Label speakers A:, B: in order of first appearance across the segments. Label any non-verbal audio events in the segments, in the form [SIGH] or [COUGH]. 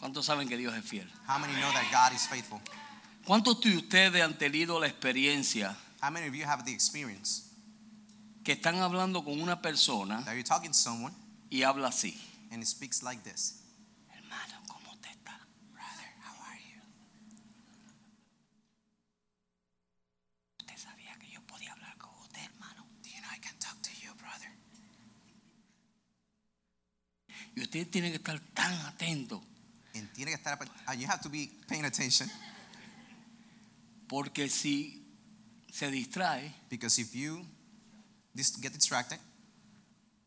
A: ¿Cuántos saben que Dios es fiel?
B: How many know that God is faithful?
A: ¿Cuántos de ustedes han tenido la experiencia
B: How many of you have the experience
A: que están hablando con una persona
B: that you're talking to someone
A: y habla así?
B: and it speaks like this?
A: Hermano, ¿cómo te está? Brother, how are you? ¿Usted sabía que yo podía hablar con usted, hermano? Do you know I can talk to you, brother? Y usted tiene que estar tan atento
B: And tiene que estar- and you have to be paying attention
A: porque si se distrae,
B: because if you dis- get distracted,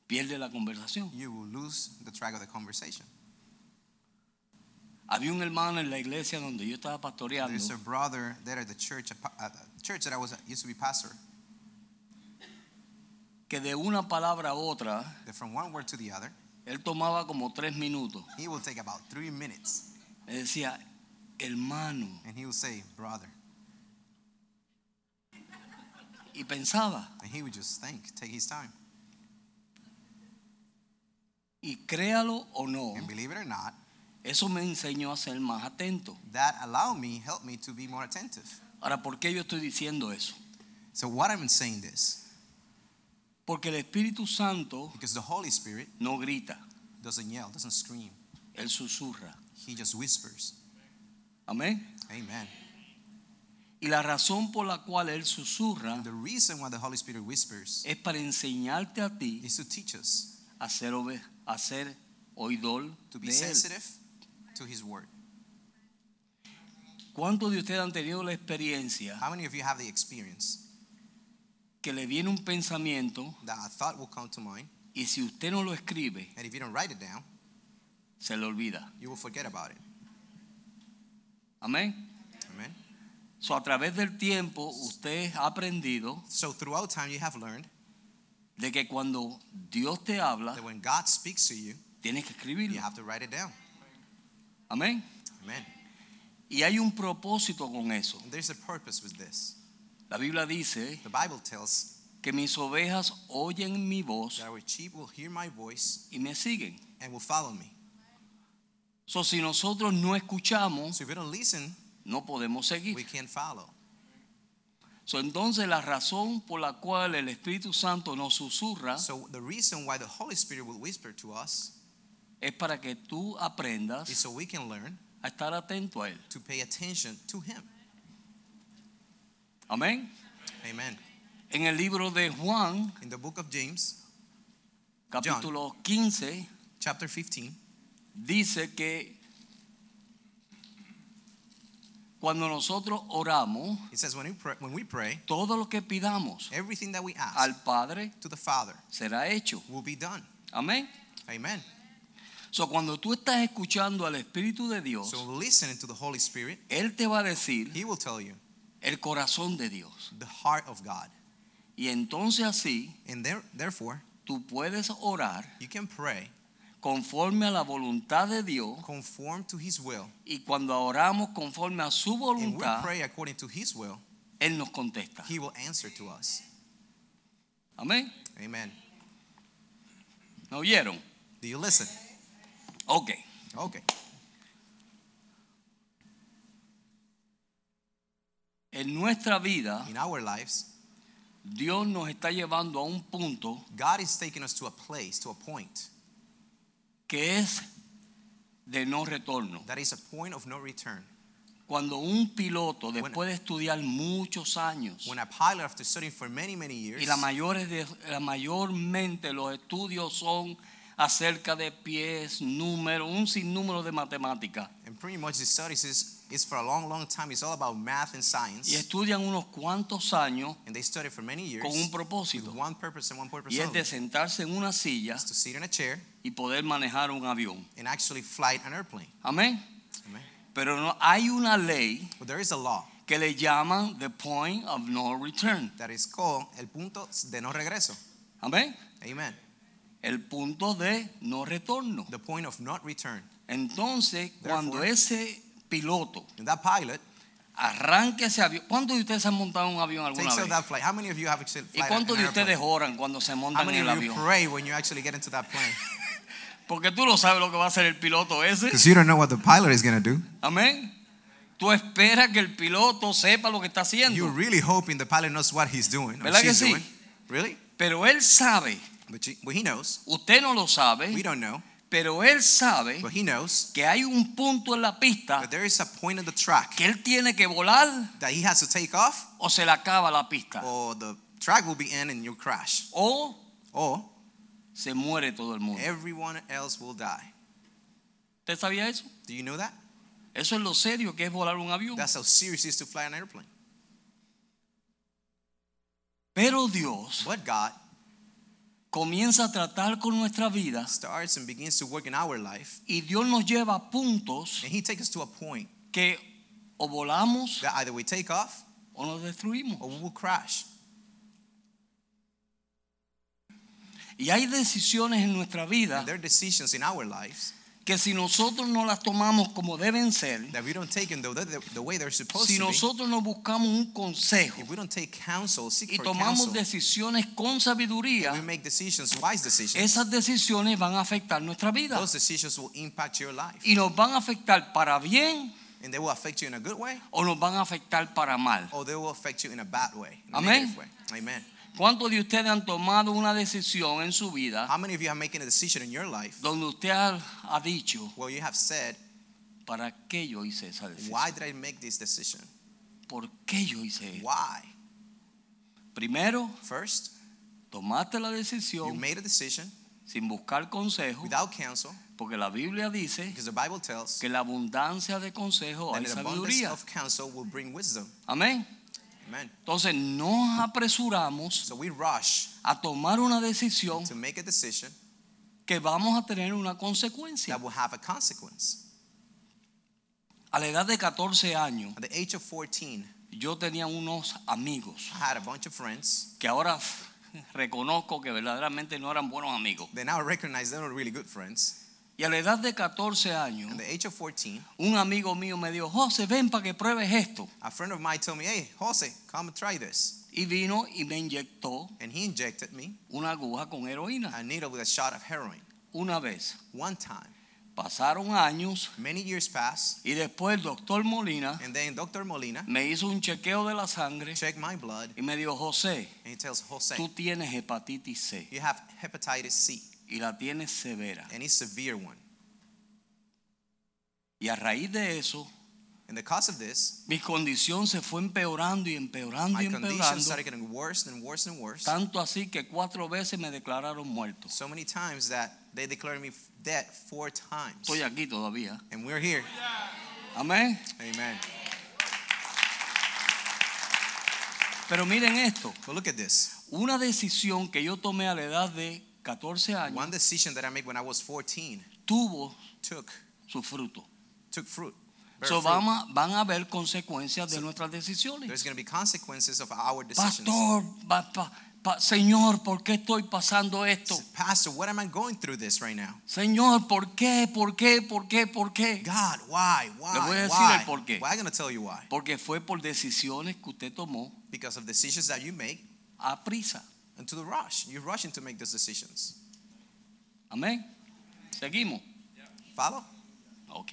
A: pierde la conversación.
B: you will lose the track of the conversation.
A: Había un hermano en la iglesia donde yo estaba pastoreando
B: There's a brother there at the church, a pa- at the church that I was used to be pastor.
A: que de una palabra a otra
B: That from one word to the other,
A: él tomaba como tres minutos.
B: he will take about three minutes
A: Me decía, hermano,
B: and he will say, "Brother,"
A: y pensaba
B: and he would just think, take his time,
A: y créalo o no,
B: and believe it or not,
A: eso me enseñó a ser más atento.
B: that allowed me, helped me to be more attentive.
A: Ahora, ¿por qué yo estoy diciendo eso?
B: So what I'm saying this.
A: Porque el Espíritu Santo
B: Because the Holy Spirit
A: no grita,
B: doesn't yell, doesn't scream.
A: él susurra.
B: He just whispers.
A: Amén.
B: Amen.
A: Y la razón por la cual él susurra
B: The reason why the Holy Spirit whispers
A: es para enseñarte a ti
B: is to teach us
A: a ser, obe- a ser oidor
B: to be
A: de él.
B: sensitive to His word.
A: ¿Cuántos de ustedes han tenido la experiencia
B: How many of you have the experience
A: que le viene un pensamiento
B: that a thought will come to mind,
A: y si usted no lo escribe,
B: and if you don't write it down,
A: se le olvida?
B: you will forget about it?
A: Amén.
B: Amen.
A: So, a través del tiempo usted ha aprendido
B: So throughout time, you have learned
A: de que cuando Dios te habla,
B: that when God speaks to you,
A: tienes que
B: you
A: escribirlo.
B: have to write it down.
A: Amén.
B: Amen.
A: Y hay un propósito con eso.
B: And there's a purpose with this.
A: La Biblia dice
B: The Bible tells
A: que mis ovejas oyen mi voz
B: that our sheep will hear my voice
A: y me siguen.
B: and will follow me.
A: So, si nosotros no escuchamos,
B: So if we don't listen,
A: no podemos
B: we
A: seguir.
B: can't follow.
A: So, entonces la razón por la cual el Espíritu Santo nos susurra
B: So the reason why the Holy Spirit will whisper to us
A: es para que tú
B: is
A: aprendas
B: so we can learn
A: a estar atento a Él.
B: to pay attention to Him.
A: Amén.
B: Amen.
A: En el libro de Juan,
B: In the book of James,
A: capítulo 15,
B: chapter 15,
A: dice que cuando nosotros oramos,
B: it says, when we, pray, when we pray,
A: todo lo que pidamos
B: everything that we ask
A: al Padre
B: to the Father
A: será hecho.
B: will be done.
A: Amén.
B: Amen.
A: So, cuando tú estás escuchando al Espíritu de Dios,
B: So listening to the Holy Spirit,
A: Él te va a decir
B: He will tell you
A: el corazón de Dios.
B: the heart of God.
A: Y entonces así
B: And there, therefore,
A: tú puedes orar
B: you can pray
A: conforme a la voluntad de Dios.
B: conform to His will.
A: Y cuando oramos conforme a su
B: And we
A: voluntad,
B: pray according to His will,
A: Él nos contesta.
B: He will answer to us.
A: Amén.
B: Amen.
A: ¿Me oyeron?
B: Do you listen?
A: Ok.
B: Okay.
A: En nuestra vida,
B: In our lives,
A: Dios nos está llevando a un punto
B: God is taking us to a place, to a point
A: que es de no retorno.
B: that is a point of no return.
A: Cuando un piloto,
B: Bueno.
A: después de estudiar muchos años,
B: When a pilot, after studying for many, many
A: y
B: years,
A: la, mayores de- la mayormente los estudios son acerca de pies, números, un sinnúmero de matemáticas,
B: and pretty much the studies is, is for a long, long time, it's all about math and science.
A: y estudian unos cuantos años
B: And they study for many years
A: con un
B: with
A: propósito,
B: one purpose and one purpose
A: y es
B: only,
A: de sentarse en una silla
B: is to sit in a chair
A: y poder manejar un avión.
B: and actually fly an airplane.
A: Amén.
B: Amen.
A: Pero no, hay una ley
B: But there is a law
A: que le llaman the point of no return.
B: that is called el punto de no regreso.
A: Amén.
B: Amen.
A: El punto de no retorno.
B: The point of not return.
A: Entonces, cuando
B: Therefore-
A: ese piloto
B: And that pilot
A: arranca ese avión, ¿cuántos de ustedes se han montado en un avión alguna
B: takes
A: vez?
B: out that flight. How many of you have actually
A: ¿Y
B: flight
A: cuántos
B: an
A: de
B: airplane?
A: ustedes oran cuando se
B: How
A: montan en
B: many
A: el
B: of you
A: avión?
B: pray when you actually get into that plane?
A: Porque tú no sabes lo que va a hacer el piloto ese.
B: Because you don't know what the pilot is going to do.
A: Amén. Tú esperas que el piloto sepa lo que está
B: You're
A: haciendo.
B: really hoping the pilot knows what he's doing. Or
A: ¿Verdad que
B: she's
A: sí?
B: doing. Really?
A: Pero él sabe,
B: But you, well, he knows.
A: usted no lo
B: We
A: sabe,
B: don't Pues- know.
A: pero él sabe
B: But he knows
A: que hay un punto en la pista
B: that there is a point in the track
A: que él tiene que volar
B: that he has to take off
A: o se le acaba la pista
B: or the track will be in and you'll crash.
A: o
B: Or
A: se muere todo el
B: Eh.
A: mundo.
B: everyone else will die.
A: ¿Usted sabía eso?
B: Do you know that?
A: Eso es lo serio que es volar un avión.
B: That's how serious it is to fly an airplane.
A: Pero Dios
B: But God
A: comienza a tratar con nuestra vida
B: starts and begins to work in our life
A: y Dios nos lleva a puntos
B: and he takes us to a point
A: que o volamos
B: that either we take off
A: o nos destruimos.
B: or we will crash.
A: Y hay decisiones en nuestra vida
B: And there are decisions in our lives
A: que si nosotros no las tomamos como deben ser,
B: that we don't take in the, the, the way they're supposed
A: si
B: to be.
A: nosotros no buscamos un consejo
B: If we don't take counsel, seek
A: y
B: for
A: tomamos
B: counsel,
A: decisiones con
B: we
A: sabiduría,
B: make decisions, wise decisions.
A: esas decisiones van a afectar nuestra vida
B: Those decisions will impact your life,
A: y nos van a afectar para bien
B: and they will affect you in a good way,
A: o nos van a afectar para mal.
B: or they will affect you in a bad way, in a
A: Amén.
B: negative way. Amen.
A: ¿Cuántos de ustedes han tomado una decisión en su vida
B: How many of you have making a decision in your life
A: donde usted ha, ha dicho,
B: where you have said,
A: ¿para qué yo hice esa decisión?
B: "Why did I make this decision?
A: ¿Por qué yo hice eso?
B: Why?"
A: Primero,
B: First,
A: tomaste la
B: you
A: decisión
B: made a decision
A: sin buscar consejo,
B: without counsel,
A: porque la Biblia dice
B: because the Bible tells
A: que la abundancia de consejo
B: that
A: hay
B: an abundance
A: sabiduría.
B: of counsel will bring wisdom.
A: Amén.
B: Amen.
A: Entonces nos apresuramos
B: So we rush
A: a tomar una decisión
B: to make a decision
A: que vamos a tener una consecuencia.
B: that will have a consequence.
A: A la edad de 14 años,
B: At the age of 14,
A: yo tenía unos amigos
B: I had a bunch of friends.
A: que ahora [LAUGHS] reconozco que verdaderamente no eran buenos amigos.
B: They now recognize they're not really good friends.
A: Y a la edad de 14 años,
B: At the age of 14,
A: un amigo mío me dijo, José, ven para que pruebes esto.
B: a friend of mine told me, "Hey, Jose, come and try this,"
A: Y vino y me inyectó
B: and he injected me
A: una aguja con heroína
B: a needle with a shot of heroin.
A: una vez.
B: One time,
A: Pasaron años
B: many years passed,
A: y después el doctor Molina
B: and then Dr. Molina
A: me hizo un chequeo de la sangre
B: checked my blood,
A: y me dijo, José,
B: and he tells Jose,
A: tú tienes hepatitis C
B: "You have hepatitis C,
A: y la tienes severa.
B: and it's severe one."
A: Y a raíz de eso,
B: And the cause of this,
A: mi condición se fue empeorando y empeorando
B: my
A: y
B: condition
A: empeorando.
B: started getting worse and worse and worse.
A: Tanto así que cuatro veces me declararon muerto.
B: So many times that they declared me dead four times,
A: Estoy aquí todavía.
B: and we're here.
A: Amén.
B: Amen.
A: Pero miren esto.
B: But look at this.
A: Una decisión que yo tomé a la edad de 14 años
B: One decision that I made when I was 14
A: tuvo
B: took
A: su fruto.
B: took fruit. Bear
A: So
B: fruit.
A: vamos a- van a haber consecuencias de
B: So-
A: nuestras decisiones.
B: There's going to be consequences of our decisions.
A: Pastor, pa- pa- pa- Señor, ¿por qué estoy pasando esto?
B: Pastor, what am I going through this right now?
A: Señor, ¿por qué? ¿Por qué? ¿Por qué? ¿Por qué?
B: God, why, why,
A: Le voy a decir
B: why?
A: el porqué.
B: Well, I'm going to tell you why.
A: Porque fue por decisiones que usted tomó
B: Because of decisions that you make
A: a prisa.
B: and to the rush. You're rushing to make those decisions.
A: Amén. Seguimos.
B: Follow?
A: Ok.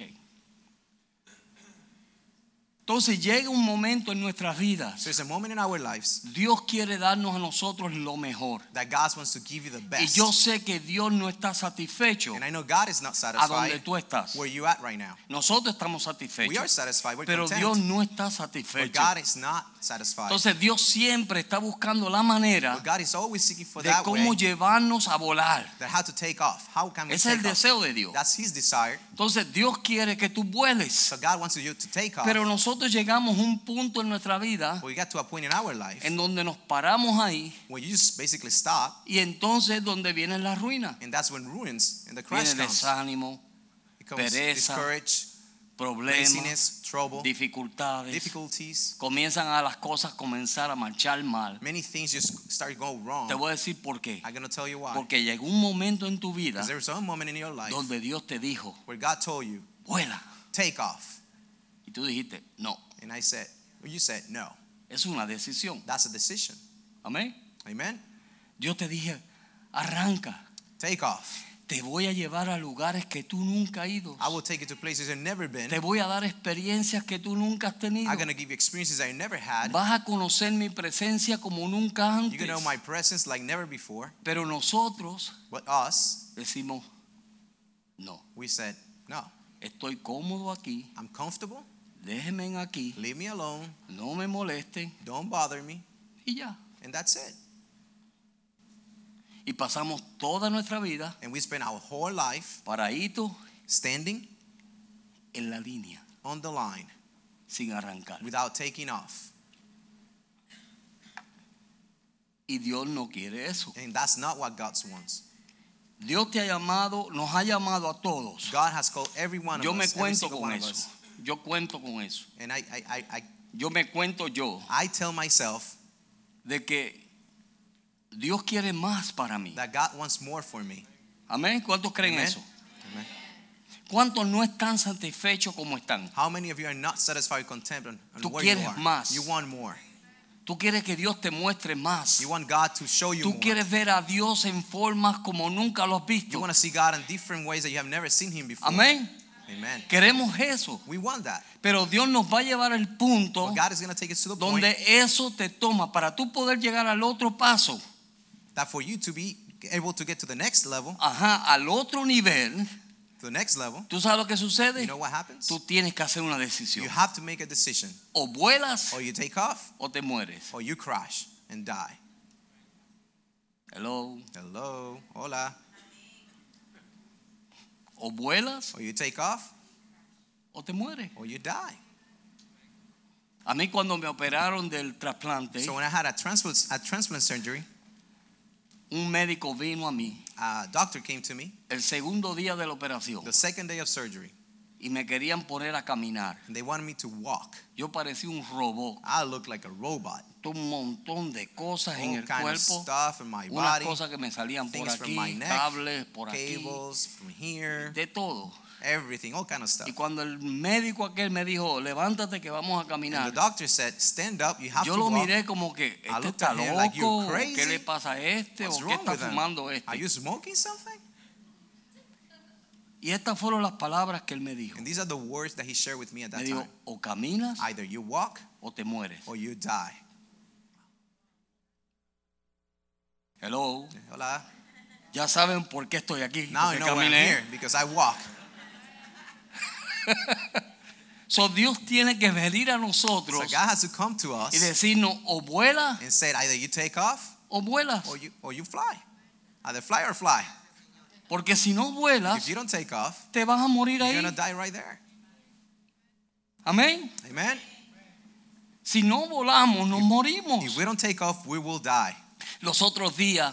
A: Entonces llega un momento en nuestras vidas.
B: So there's a moment in our lives
A: Dios quiere darnos a nosotros lo mejor.
B: that God wants to give you the
A: Y
B: best.
A: yo sé que Dios no está satisfecho
B: and I know God is not
A: a donde
B: satisfied
A: tú estás.
B: where you at right now.
A: Nosotros estamos
B: We are
A: satisfechos.
B: satisfied. We're
A: Pero
B: content.
A: Dios no está
B: but
A: satisfecho.
B: God is not satisfied.
A: Entonces Dios siempre está buscando la manera
B: but God is always seeking for
A: de
B: that
A: cómo
B: way
A: llevarnos a volar.
B: that how to take off. How can we
A: Ese es el
B: take off?
A: deseo de Dios.
B: That's his desire.
A: Entonces Dios quiere que tú vueles.
B: So God wants you to take off.
A: Pero nosotros llegamos a un punto en nuestra vida
B: we got to a point in our life
A: en donde nos paramos ahí
B: where you just basically stop,
A: y entonces es donde viene la ruina.
B: and that's when ruins and the
A: Viene
B: crash
A: el
B: comes.
A: desánimo,
B: It comes
A: pereza,
B: discourage,
A: problemas,
B: laziness, trouble,
A: dificultades,
B: difficulties.
A: comienzan a las cosas comenzar a marchar mal.
B: Many things just start going wrong.
A: Te voy a decir por qué.
B: I'm going to tell you why.
A: Porque llegó un momento en tu vida
B: Because there was some moment in your life
A: donde Dios te dijo,
B: where God told you,
A: vuela.
B: take off.
A: Y tú dijiste, no,
B: And I said, well, you said, no.
A: es una decisión.
B: That's a decision.
A: Amén.
B: Amen?
A: Yo te dije, arranca.
B: Take off.
A: Te voy a llevar a lugares que tú nunca has ido.
B: I will take you to places you've never been.
A: Te voy a dar experiencias que tú nunca has tenido.
B: I'm going to give you experiences I never had.
A: Vas a conocer mi presencia como nunca
B: You're
A: antes.
B: going to know my presence like never before.
A: Pero nosotros
B: But us,
A: decimos, no,
B: we said, no.
A: estoy cómodo aquí,
B: I'm comfortable.
A: déjenme aquí,
B: Leave me alone.
A: no me molesten
B: Don't bother me.
A: y ya.
B: And that's it.
A: Y pasamos toda nuestra vida
B: And we spend our whole life
A: paradito
B: standing
A: en la línea,
B: on the line
A: sin arrancar.
B: without taking off.
A: Y Dios no quiere eso.
B: And that's not what God wants.
A: Dios te ha llamado, nos ha llamado a todos.
B: God has called every one of
A: Yo me
B: us, every
A: cuento
B: single
A: con
B: one of
A: eso.
B: us.
A: Yo cuento con eso.
B: And I, I, I, I,
A: Yo me cuento yo
B: I tell myself
A: de que Dios quiere más para mí.
B: that God wants more for me.
A: Amén. ¿Cuántos creen
B: Amen?
A: eso?
B: Amen.
A: ¿Cuántos no están satisfechos como están?
B: How many of you are not satisfied, content on, on
A: Tú
B: where you
A: quieres
B: are?
A: más.
B: You want more.
A: Tú quieres que Dios te muestre más.
B: You want God to show you
A: Tú
B: more.
A: quieres ver a Dios en formas como nunca lo has
B: You
A: visto.
B: want to see God in different ways that you have never seen Him before.
A: Amén.
B: Amen.
A: Queremos eso.
B: We want that.
A: Pero Dios nos va a llevar al
B: But
A: punto
B: God is going to take us to the point
A: donde eso te toma para tú poder llegar al otro paso,
B: that for you to be able to get to the next level,
A: ajá, al otro nivel.
B: to the next level,
A: ¿Tú sabes lo que
B: you
A: sucede?
B: know what happens?
A: Tú tienes que hacer una
B: You
A: decisión.
B: have to make a decision.
A: O vuelas
B: Or you take off,
A: o te mueres.
B: or you crash and die.
A: Hello.
B: Hello, hola.
A: o vuelas
B: Or you take off,
A: o te mueres.
B: or you die.
A: A mí cuando me operaron del trasplante,
B: So when I had a transplant, a transplant surgery,
A: un médico vino a mí
B: a doctor came to me
A: el segundo día de la operación
B: the second day of surgery,
A: y me querían poner a caminar.
B: and they wanted me to walk.
A: Yo parecía un robot,
B: I looked like a robot.
A: un montón de cosas en
B: All
A: el
B: kind of
A: cuerpo,
B: stuff in my
A: unas
B: body,
A: cosas que me salían por
B: things from
A: aquí,
B: my neck,
A: cables por aquí,
B: cables from here,
A: de todo.
B: everything, all kind of stuff.
A: Y cuando el médico aquel me dijo, levántate que vamos a
B: And the
A: caminar,
B: doctor said, "Stand up. You have
A: yo
B: to
A: lo
B: walk."
A: miré como que, este
B: looked
A: está
B: at him like,
A: loco,
B: "You
A: ¿qué
B: crazy?
A: le pasa a este?
B: What's
A: ¿O qué
B: wrong
A: está
B: with him?
A: fumando
B: Are
A: este?
B: you smoking something?
A: Y estas fueron las palabras que él me dijo.
B: And these are the words that he shared with me at
A: Me
B: that
A: dijo,
B: time.
A: o caminas
B: Either you walk
A: o te mueres.
B: or you die.
A: Hello.
B: Hola.
A: Ya saben por qué estoy aquí.
B: Now
A: porque
B: I know why I'm
A: caminé.
B: here because I walk.
A: So, Dios tiene que venir a
B: So
A: nosotros
B: God has to come to
A: y
B: us
A: decirnos, o vuela
B: and said, either you take off
A: o vuelas.
B: or you or you fly. Either fly or fly.
A: Porque si no
B: If
A: vuelas,
B: you don't take off,
A: te vas a morir
B: you're
A: ahí.
B: gonna die right there.
A: Amén.
B: Amen.
A: Si no volamos, nos morimos.
B: If we don't take off, we will die.
A: Los otros días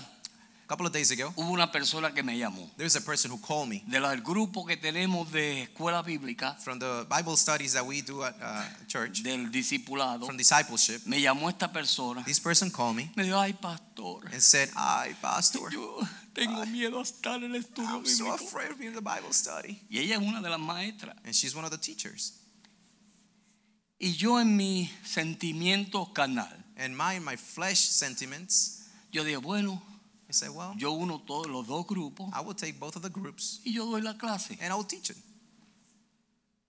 B: A couple of days ago,
A: hubo una persona que me llamó
B: there's a person who called me
A: del grupo que tenemos de escuela bíblica,
B: from the Bible studies that we do at uh, church,
A: del discipulado.
B: from discipleship.
A: Me llamó esta persona.
B: This person called me
A: Me dijo, ay, pastor,
B: and said, "Ay, pastor,
A: yo tengo miedo a estar en el estudio
B: I'm so
A: bíblico.
B: Uh, afraid of being in the Bible study."
A: Y ella es una de las maestras.
B: And she's one of the teachers.
A: Y yo en mi sentimiento carnal,
B: And my my flesh sentiments,
A: yo digo, bueno,
B: I said, "Well,
A: yo uno todos los dos grupos
B: I will take both of the groups
A: y yo doy la clase.
B: and I will teach it."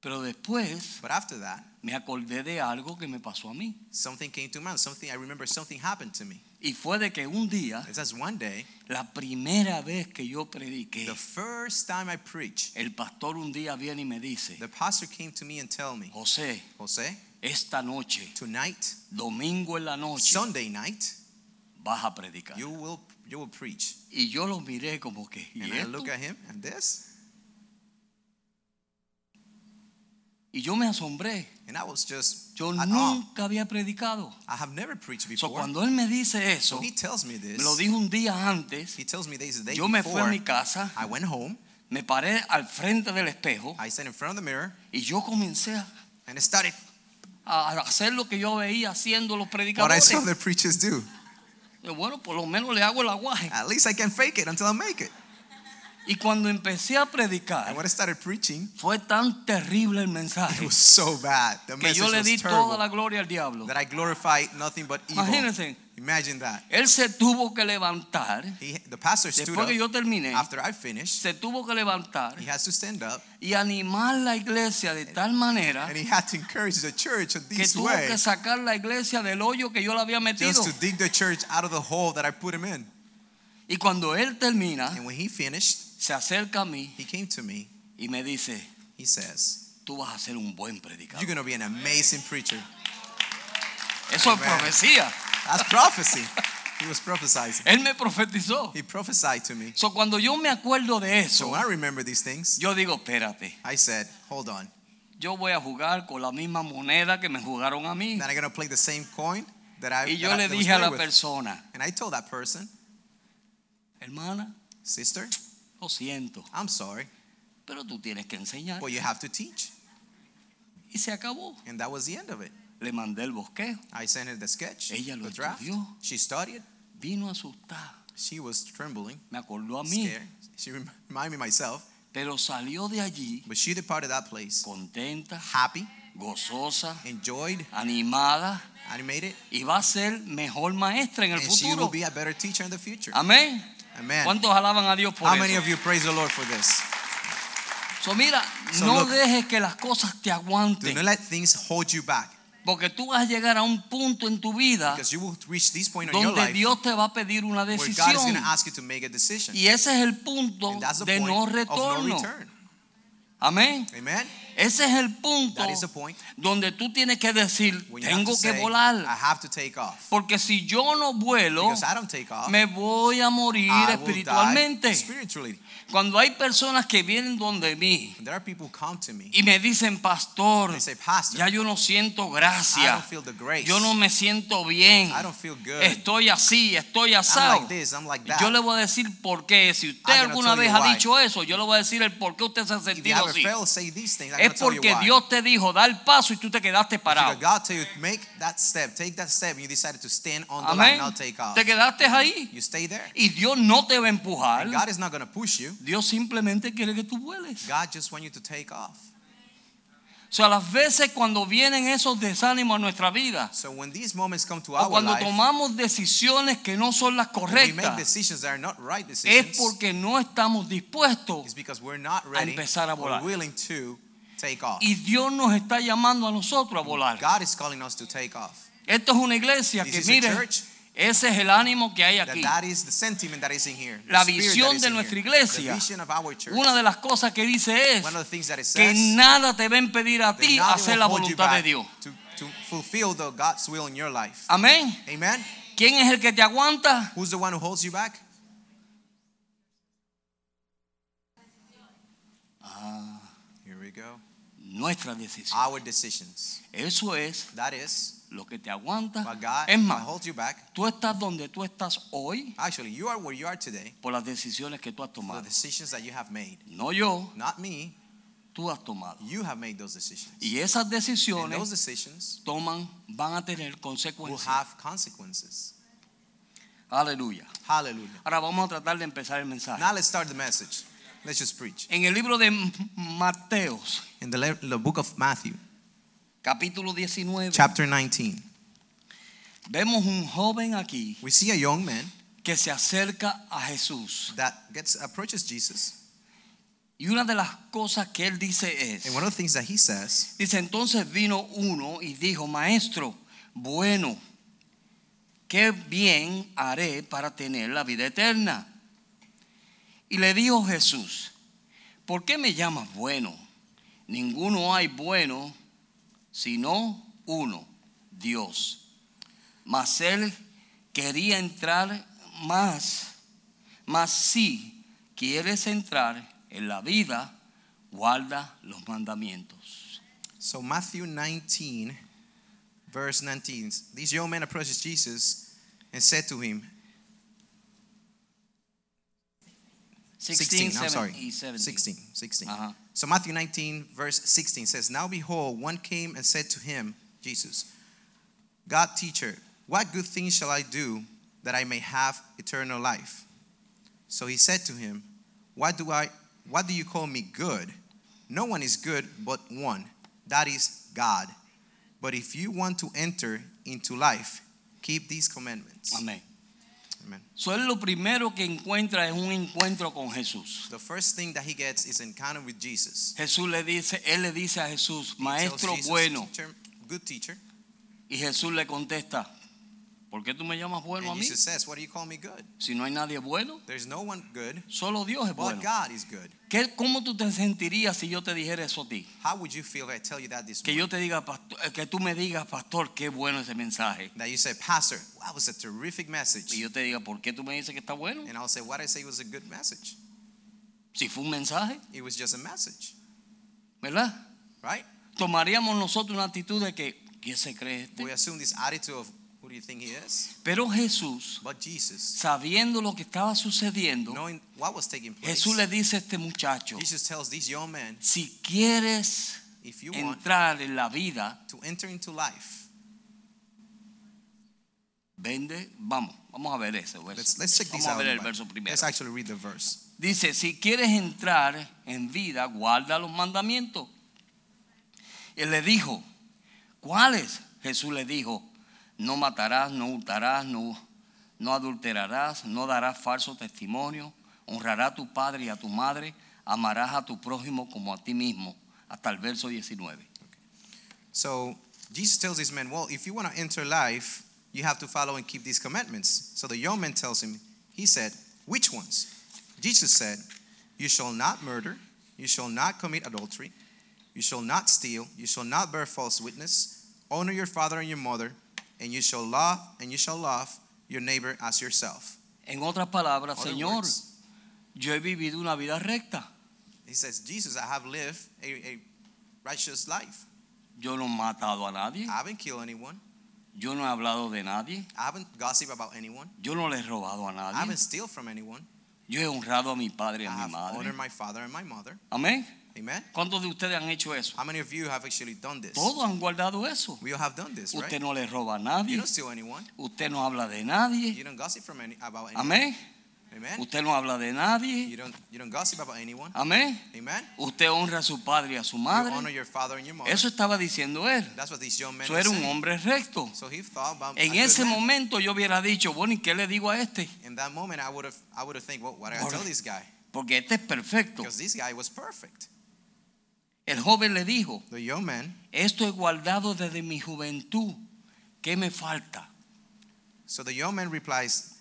A: Pero después
B: But after that,
A: me acordé de algo que me pasó a mí.
B: something came to mind. Something I remember. Something happened to me.
A: Y fue de que un día,
B: It says one day,
A: la primera vez que yo prediqué,
B: the first time I preached,
A: el pastor un día viene y me dice,
B: the pastor came to me and tell me,
A: José,
B: "Jose,
A: esta noche,
B: tonight,
A: domingo en la noche,
B: Sunday night,
A: vas a predicar.
B: you will you will preach."
A: Y yo lo miré como que, ¿y,
B: And I
A: esto?
B: look at him and this,
A: Y yo me asombré.
B: and I was just
A: Yo
B: at awe.
A: nunca había predicado.
B: I have never preached
A: So,
B: before.
A: cuando él me dice
B: So
A: eso,
B: he tells me this.
A: Me lo dijo un día antes.
B: He tells me this the day
A: Yo me fui a
B: before.
A: mi casa,
B: I went home.
A: me paré al frente del espejo
B: I sat in front of the mirror
A: y yo comencé a-
B: and I started
A: a hacer lo que yo veía haciendo los
B: what I
A: predicadores.
B: saw the preachers do.
A: Y Bueno, por lo menos le hago el aguaje.
B: At least I can fake it until I make it.
A: Y cuando empecé a
B: And
A: predicar,
B: when I started preaching,
A: fue tan terrible el
B: it
A: mensaje
B: was so bad. The
A: que
B: message
A: yo le di
B: was
A: toda
B: terrible
A: la gloria al diablo.
B: that I glorified nothing but evil.
A: Imagínense,
B: Imagine that.
A: él se tuvo que levantar,
B: He, the pastor stood
A: después
B: up
A: que yo terminé,
B: after I finished.
A: se tuvo que levantar
B: He has to stand up
A: y animar la iglesia de tal manera
B: and he had to encourage the church in
A: Ah. que
B: this
A: tuvo
B: way
A: que sacar la iglesia del hoyo que yo la había metido.
B: just to dig the church out of the hole that I put him in.
A: Y cuando él termina,
B: And when he finished,
A: se acerca a mí
B: he came to me.
A: y me dice,
B: He says,
A: tú vas a ser un buen
B: You're
A: predicador.
B: going to be an amazing preacher.
A: Eso es
B: Amen.
A: profecía.
B: That's prophecy. He was prophesizing.
A: Él me profetizó.
B: He prophesied to me.
A: So, cuando yo me acuerdo de
B: So
A: eso,
B: when I remember these things,
A: yo digo, espérate,
B: I said, Hold on.
A: yo voy a jugar con la misma moneda que me jugaron a mí.
B: Then I'm going to play the same coin that I,
A: Y yo
B: that I-
A: le
B: that was
A: dije a la
B: played with.
A: persona,
B: And I told that person,
A: hermana,
B: Sister,
A: lo siento,
B: I'm sorry,
A: pero tú tienes que enseñar.
B: but you have to teach.
A: Y se acabó.
B: And that was the end of it.
A: Le mandé el bosquejo.
B: I sent her the sketch,
A: Ella lo
B: the draft.
A: estudió.
B: She studied.
A: Vino asustada.
B: She was trembling,
A: Me acordó a mí.
B: scared. She rem- reminded me myself,
A: Pero salió de allí
B: but she departed that place
A: contenta,
B: happy,
A: gozosa,
B: enjoyed,
A: animada
B: animated,
A: y va a ser mejor maestra en el
B: and she will
A: futuro.
B: be a better teacher in the future.
A: Amén.
B: Amen.
A: ¿Cuántos alaban a Dios por
B: How many
A: eso?
B: of you praise the Lord for this?
A: So, mira,
B: So
A: no
B: look.
A: dejes que las cosas te
B: Do
A: aguanten,
B: not let things hold you back
A: porque tú vas a llegar a un punto en tu vida
B: because you will reach this point in your
A: Ah. donde
B: life
A: Dios te va a pedir una
B: where God is going
A: decisión.
B: to ask you to make a decision.
A: Y ese es el punto
B: And that's the
A: de
B: point
A: no
B: of no
A: retorno.
B: return.
A: Amén.
B: Amen.
A: Ese es el punto
B: That is the point
A: donde tú tienes que decir,
B: when you have
A: tengo
B: to
A: que
B: say, I
A: volar.
B: have to take off.
A: Porque si yo no vuelo,
B: Because I don't take off,
A: me voy a morir
B: I will die
A: espiritualmente.
B: spiritually.
A: Cuando hay personas que vienen donde mí
B: There are people who come to me.
A: y me dicen, pastor,
B: They say, Pastor,
A: ya yo no siento
B: I don't
A: gracia,
B: feel the grace.
A: yo no me siento bien,
B: I don't feel good. Ah,
A: estoy así, estoy
B: I'm
A: asado.
B: like this. I'm like
A: Y
B: that. Ah,
A: Yo le voy a decir por qué. Si usted
B: I'm
A: alguna
B: gonna tell
A: vez
B: you
A: ha
B: why.
A: dicho eso, yo le voy a decir el por qué usted se ha
B: if you
A: sentido
B: haven't
A: así.
B: failed, say these things. I'm
A: Es
B: gonna tell you
A: porque
B: why.
A: Dios te dijo, da el paso y tú te quedaste
B: Because
A: parado.
B: God tell you make that step, take that step, and you decided to stand on the
A: Amén.
B: line, not take off.
A: Te quedaste ahí.
B: You stay there.
A: Y Dios no te va a empujar.
B: And God is not gonna push you.
A: Dios simplemente quiere que tú vueles.
B: God just want you to take off.
A: O sea, las veces cuando vienen esos desánimos a nuestra vida,
B: So when these moments come to
A: o
B: our
A: cuando
B: life,
A: tomamos decisiones que no son las
B: when we make
A: correctas,
B: decisions that are not right
A: es
B: decisions.
A: porque no estamos
B: It's
A: dispuestos.
B: because we're not ready
A: empezar a
B: or
A: volar.
B: willing to take off.
A: Y Dios nos está llamando a nosotros a volar.
B: God is calling us to take off.
A: Esto es una iglesia
B: This
A: que,
B: is a
A: mire,
B: church
A: ese es el ánimo que hay
B: that
A: aquí.
B: that is the sentiment that is in here. the
A: La
B: spirit
A: visión
B: that is
A: de
B: in
A: nuestra
B: here.
A: iglesia.
B: The vision of our church.
A: Una de las cosas que dice es
B: One of the things that it
A: que
B: says
A: nada te va a impedir a
B: that
A: ti
B: nothing
A: hacer
B: will
A: la
B: hold you
A: voluntad de
B: back
A: Dios.
B: To, to fulfill the God's will in your life.
A: Amén.
B: Amen.
A: ¿Quién es el que te aguanta?
B: Who's the one who holds you back? Ah, Here we go.
A: Nuestra decisión.
B: Our decisions.
A: Eso es
B: That is
A: lo que te aguanta.
B: what God
A: Es más,
B: holds you back.
A: tú estás donde tú estás hoy
B: Actually, you are where you are today.
A: por las decisiones que tú has
B: for The
A: tomado.
B: decisions that you have made.
A: No yo,
B: Not me.
A: tú has tomado.
B: You have made those decisions.
A: Y esas
B: And those
A: decisiones
B: decisions
A: toman, van a tener
B: will
A: consecuencias.
B: have consequences.
A: Aleluya.
B: Hallelujah.
A: Ahora vamos a tratar de empezar el mensaje.
B: Now let's start the message. Let's just preach.
A: En el libro de Mateos,
B: In the, le- the book of Matthew,
A: capítulo 19,
B: chapter 19,
A: vemos un joven aquí
B: we see a young man
A: que se acerca a Jesús.
B: that gets approaches Jesus,
A: Y una de las cosas que él dice es,
B: and one of the things that he says,
A: dice, entonces vino uno y dijo, maestro, bueno, qué bien haré para tener la vida eterna. Y le dijo Jesús, ¿por qué me llamas bueno? Ninguno hay bueno, sino uno, Dios. Mas él quería entrar más. Mas si quieres entrar en la vida, guarda los mandamientos.
B: so Matthew 19, verse 19, this young man approaches Jesus and said to him,
A: 16,
B: 16, I'm sorry.
A: 17, 17.
B: 16, 16.
A: Uh-huh.
B: So Matthew 19, verse 16 says, Now behold, one came and said to him, Jesus, God teacher, what good thing shall I do that I may have eternal life? So he said to him, What do I what do you call me good? No one is good but one, that is God. But if you want to enter into life, keep these commandments.
A: Amén.
B: Amen.
A: So él lo primero que encuentra es un encuentro con Jesús.
B: The first thing that he gets is encounter with Jesus.
A: Jesús le dice, él le dice a Jesús,
B: He tells
A: maestro
B: Jesus,
A: bueno.
B: "Teacher, good teacher.
A: Y Jesús le contesta, ¿por qué tú me llamas bueno a
B: And
A: mí?
B: Jesus says, What do you call me good?
A: Si no hay nadie bueno,
B: There's no one good,
A: solo Dios es
B: but
A: bueno.
B: God is good.
A: ¿Qué- ¿Cómo tú te sentirías si yo te dijera eso a ti?
B: How would you feel if I tell you that this
A: Que
B: morning?
A: yo te diga, "Pasto- eh, que tú me digas, pastor, qué bueno ese mensaje.
B: That you say, Pastor, wow, that was a terrific message.
A: Y yo te diga, ¿por qué tú me dices que está bueno?
B: And I'll say, What I say was a good message.
A: Si fue un mensaje,
B: It was just a message,
A: ¿verdad?
B: right?
A: Tomaríamos nosotros una actitud de que, ¿quién se cree este?
B: We assume this attitude of who do you think he is?
A: Pero Jesús,
B: But Jesus,
A: sabiendo lo que estaba sucediendo,
B: knowing what was taking place,
A: Jesús le dice a este muchacho,
B: Jesus tells this young man,
A: si quieres
B: if you want
A: entrar en la vida,
B: to enter into life,
A: vende, vamos, vamos a ver ese verso.
B: let's let's check
A: vamos
B: this
A: a
B: out.
A: ver
B: in
A: el
B: the
A: verso
B: Bible.
A: primero.
B: Let's actually read the verse.
A: Dice, si quieres entrar en vida, guarda los mandamientos. Él le dijo, ¿cuáles? Jesús le dijo, no matarás, no hurtarás, no, no adulterarás, no darás falso testimonio, honrará a tu padre y a tu madre, amarás a tu prójimo como a ti mismo. Hasta el verso 19.
B: So Jesus tells this man, Well, if you want to enter life, you have to follow and keep these commandments. So the young man tells him, He said, Which ones? Jesus said, You shall not murder, you shall not commit adultery, you shall not steal, you shall not bear false witness, honor your father and your mother, and you shall love and you shall love your neighbor as yourself.
A: En otras palabras,
B: Other
A: Señor,
B: words,
A: yo he vivido una vida recta.
B: he says, Jesus, I have lived a, a righteous life.
A: Yo no he matado a nadie,
B: I haven't killed anyone.
A: yo no he hablado de nadie,
B: I haven't gossiped about anyone.
A: yo no le he robado a
B: I
A: nadie.
B: haven't steal from anyone.
A: Yo he honrado a mi padre y
B: I
A: a mi
B: have honored
A: madre.
B: my father and my mother.
A: Amén.
B: Amen.
A: ¿Cuántos de ustedes han hecho eso?
B: How many of you have actually done this?
A: Todos han guardado eso.
B: We all have done this,
A: Usted
B: right?
A: no le roba a
B: You
A: nadie.
B: don't steal anyone.
A: Usted no habla de nadie.
B: You don't gossip from any about anyone.
A: Amén.
B: Amen.
A: Usted no habla de nadie.
B: You don't you don't gossip about anyone.
A: Amén.
B: Amen.
A: Usted honra a su padre y a su
B: You honor
A: madre.
B: your father and your mother.
A: Eso estaba diciendo él.
B: That's what these young men
A: Eso
B: were
A: era un
B: saying.
A: hombre recto.
B: So he thought about a
A: En
B: good
A: ese
B: man.
A: momento yo hubiera dicho, bueno, ¿y qué le digo a este?
B: In that moment, I would have I would have think, well, what do I
A: Ahora-
B: tell this guy?
A: Porque este es perfecto.
B: Because this guy was perfect.
A: El joven le dijo,
B: The young man.
A: esto he guardado desde mi juventud. ¿Qué me falta?
B: So the young man replies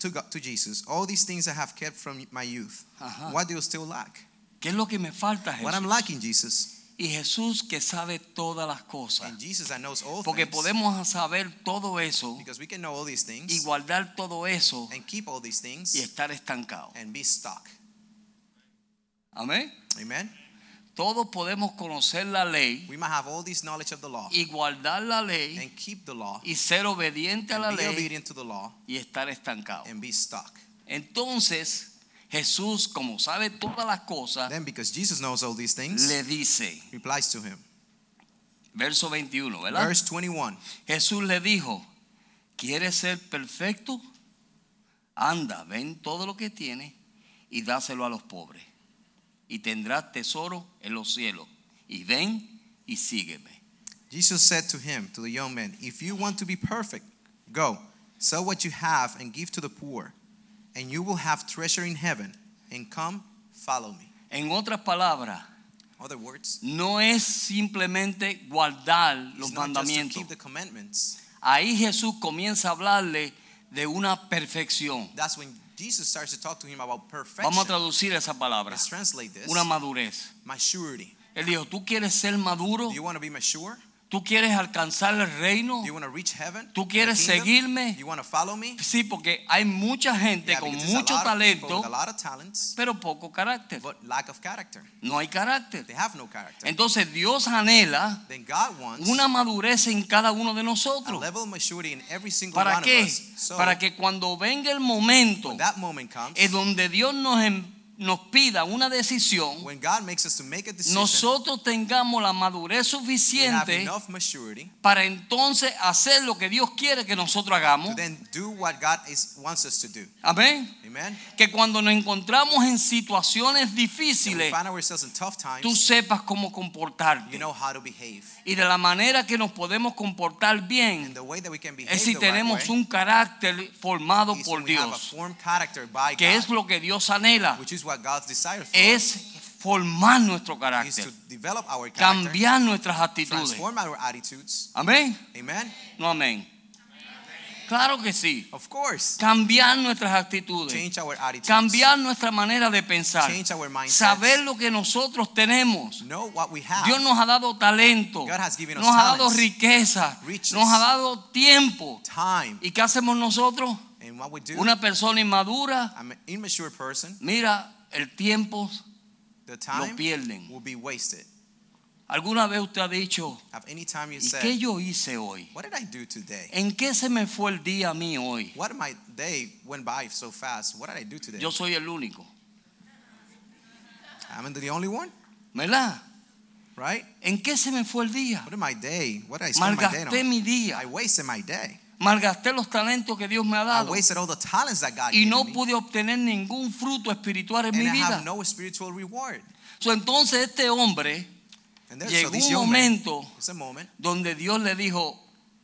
B: to, God, to Jesus, all these things I have kept from my youth.
A: Ajá.
B: What do you still lack?
A: ¿Qué es lo que me falta,
B: What I'm
A: Jesús?
B: lacking, Jesus.
A: Y Jesús que sabe todas las cosas.
B: And Jesus that knows all
A: Porque
B: things.
A: podemos saber todo eso
B: because we can know all these things
A: y guardar todo eso
B: and keep all these things
A: y estar estancado.
B: and be stuck.
A: Amén.
B: Amen.
A: Todos podemos conocer la ley
B: We might have all this knowledge of the law
A: y guardar la ley
B: and keep the law
A: y ser obediente a la
B: and be
A: ley
B: obedient to the law
A: y estar estancado.
B: and be stuck.
A: Entonces, Jesús, como sabe todas las cosas,
B: Then because Jesus knows all these things,
A: le dice,
B: replies to him.
A: verso 21, ¿verdad?
B: Verse 21.
A: Jesús le dijo, ¿quieres ser perfecto? Anda, ven todo lo que tienes y dáselo a los pobres. Y tendrás tesoro en los cielos. Y ven y sígueme.
B: Jesus said to him, to the young man, If you want to be perfect, go, sell what you have and give to the poor, and you will have treasure in heaven, and come, follow me.
A: En otras palabras,
B: Other words,
A: no es simplemente guardar los
B: it's not just to
A: mandamientos.
B: keep the commandments.
A: Ahí Jesús comienza a hablarle de una perfección.
B: That's when Jesus starts to talk to him about perfection.
A: Vamos a traducir esa palabra.
B: Let's translate this.
A: Una madurez.
B: maturity.
A: Él dijo, ¿tú quieres ser maduro?
B: Do you want to be mature?
A: ¿Tú quieres alcanzar el reino?
B: Do you want to reach heaven?
A: ¿Tú quieres
B: The kingdom?
A: seguirme?
B: You want to follow me?
A: Sí, porque hay mucha gente
B: Yeah,
A: con
B: because there's a
A: mucho
B: lot of people
A: talento,
B: with a lot of talents,
A: pero poco carácter.
B: but lack of character.
A: No hay
B: They
A: carácter.
B: have no character.
A: Entonces Dios anhela
B: Then God wants
A: una madurez en cada uno de
B: a
A: nosotros.
B: level of maturity in every single
A: ¿Para
B: one of
A: qué?
B: us. So
A: Para que cuando venga el momento
B: when pues, that moment comes,
A: en donde Dios nos, en- nos pida una decisión,
B: when God makes us to make a decision,
A: nosotros tengamos la madurez
B: we have
A: suficiente
B: enough maturity
A: para entonces hacer lo que Dios quiere que nosotros
B: to
A: hagamos.
B: then do what God is, wants us to do.
A: Amén.
B: Amen?
A: Que cuando nos encontramos en situaciones
B: That we
A: difíciles,
B: find ourselves in tough times,
A: tú sepas cómo comportarte.
B: you know how to behave.
A: Y de la manera que nos podemos comportar
B: And
A: bien
B: the way that we can behave
A: es si
B: the right
A: tenemos
B: way
A: un carácter formado
B: is
A: por
B: when we have a
A: Dios,
B: formed character by
A: que
B: God,
A: es lo que Dios anhela,
B: which is what God's desire for us,
A: es formar nuestro
B: is to
A: carácter,
B: develop our character,
A: cambiar nuestras actitudes.
B: transform our attitudes.
A: Amén.
B: Amen?
A: No amén. Claro que sí.
B: Of course.
A: Cambiar nuestras actitudes,
B: Change our attitudes.
A: cambiar nuestra manera de pensar,
B: Change our mindsets.
A: saber lo que nosotros tenemos.
B: Know what we have.
A: Dios nos ha dado talento,
B: Ah. God has given us
A: nos ha dado
B: talents,
A: riqueza,
B: riches.
A: nos ha dado tiempo.
B: Time.
A: ¿Y qué hacemos nosotros?
B: And what we do.
A: Una persona inmadura,
B: I'm an immature person.
A: mira, el tiempo,
B: The time
A: pierden.
B: will be wasted.
A: alguna vez usted ha dicho,
B: Have any time you
A: ¿y qué
B: said,
A: yo hice hoy?
B: what did I do today?
A: ¿En qué se me fue el día a mí hoy?
B: What my day went by so fast. What did I do today?
A: Yo soy el único,
B: I'm the only one,
A: ¿verdad?
B: right?
A: ¿En qué se me fue el día?
B: What did my day? What did I spend my day
A: Malgasté
B: on?
A: mi día,
B: I wasted my day.
A: malgasté los talentos que Dios me ha
B: I
A: dado
B: wasted all the talents that God
A: y
B: gave
A: no
B: me.
A: pude obtener ningún fruto espiritual en
B: and
A: mi
B: I
A: vida.
B: have no spiritual reward.
A: So, entonces este hombre
B: And there's so
A: llegó
B: this
A: un
B: young man,
A: momento
B: it's a moment
A: donde Dios le dijo,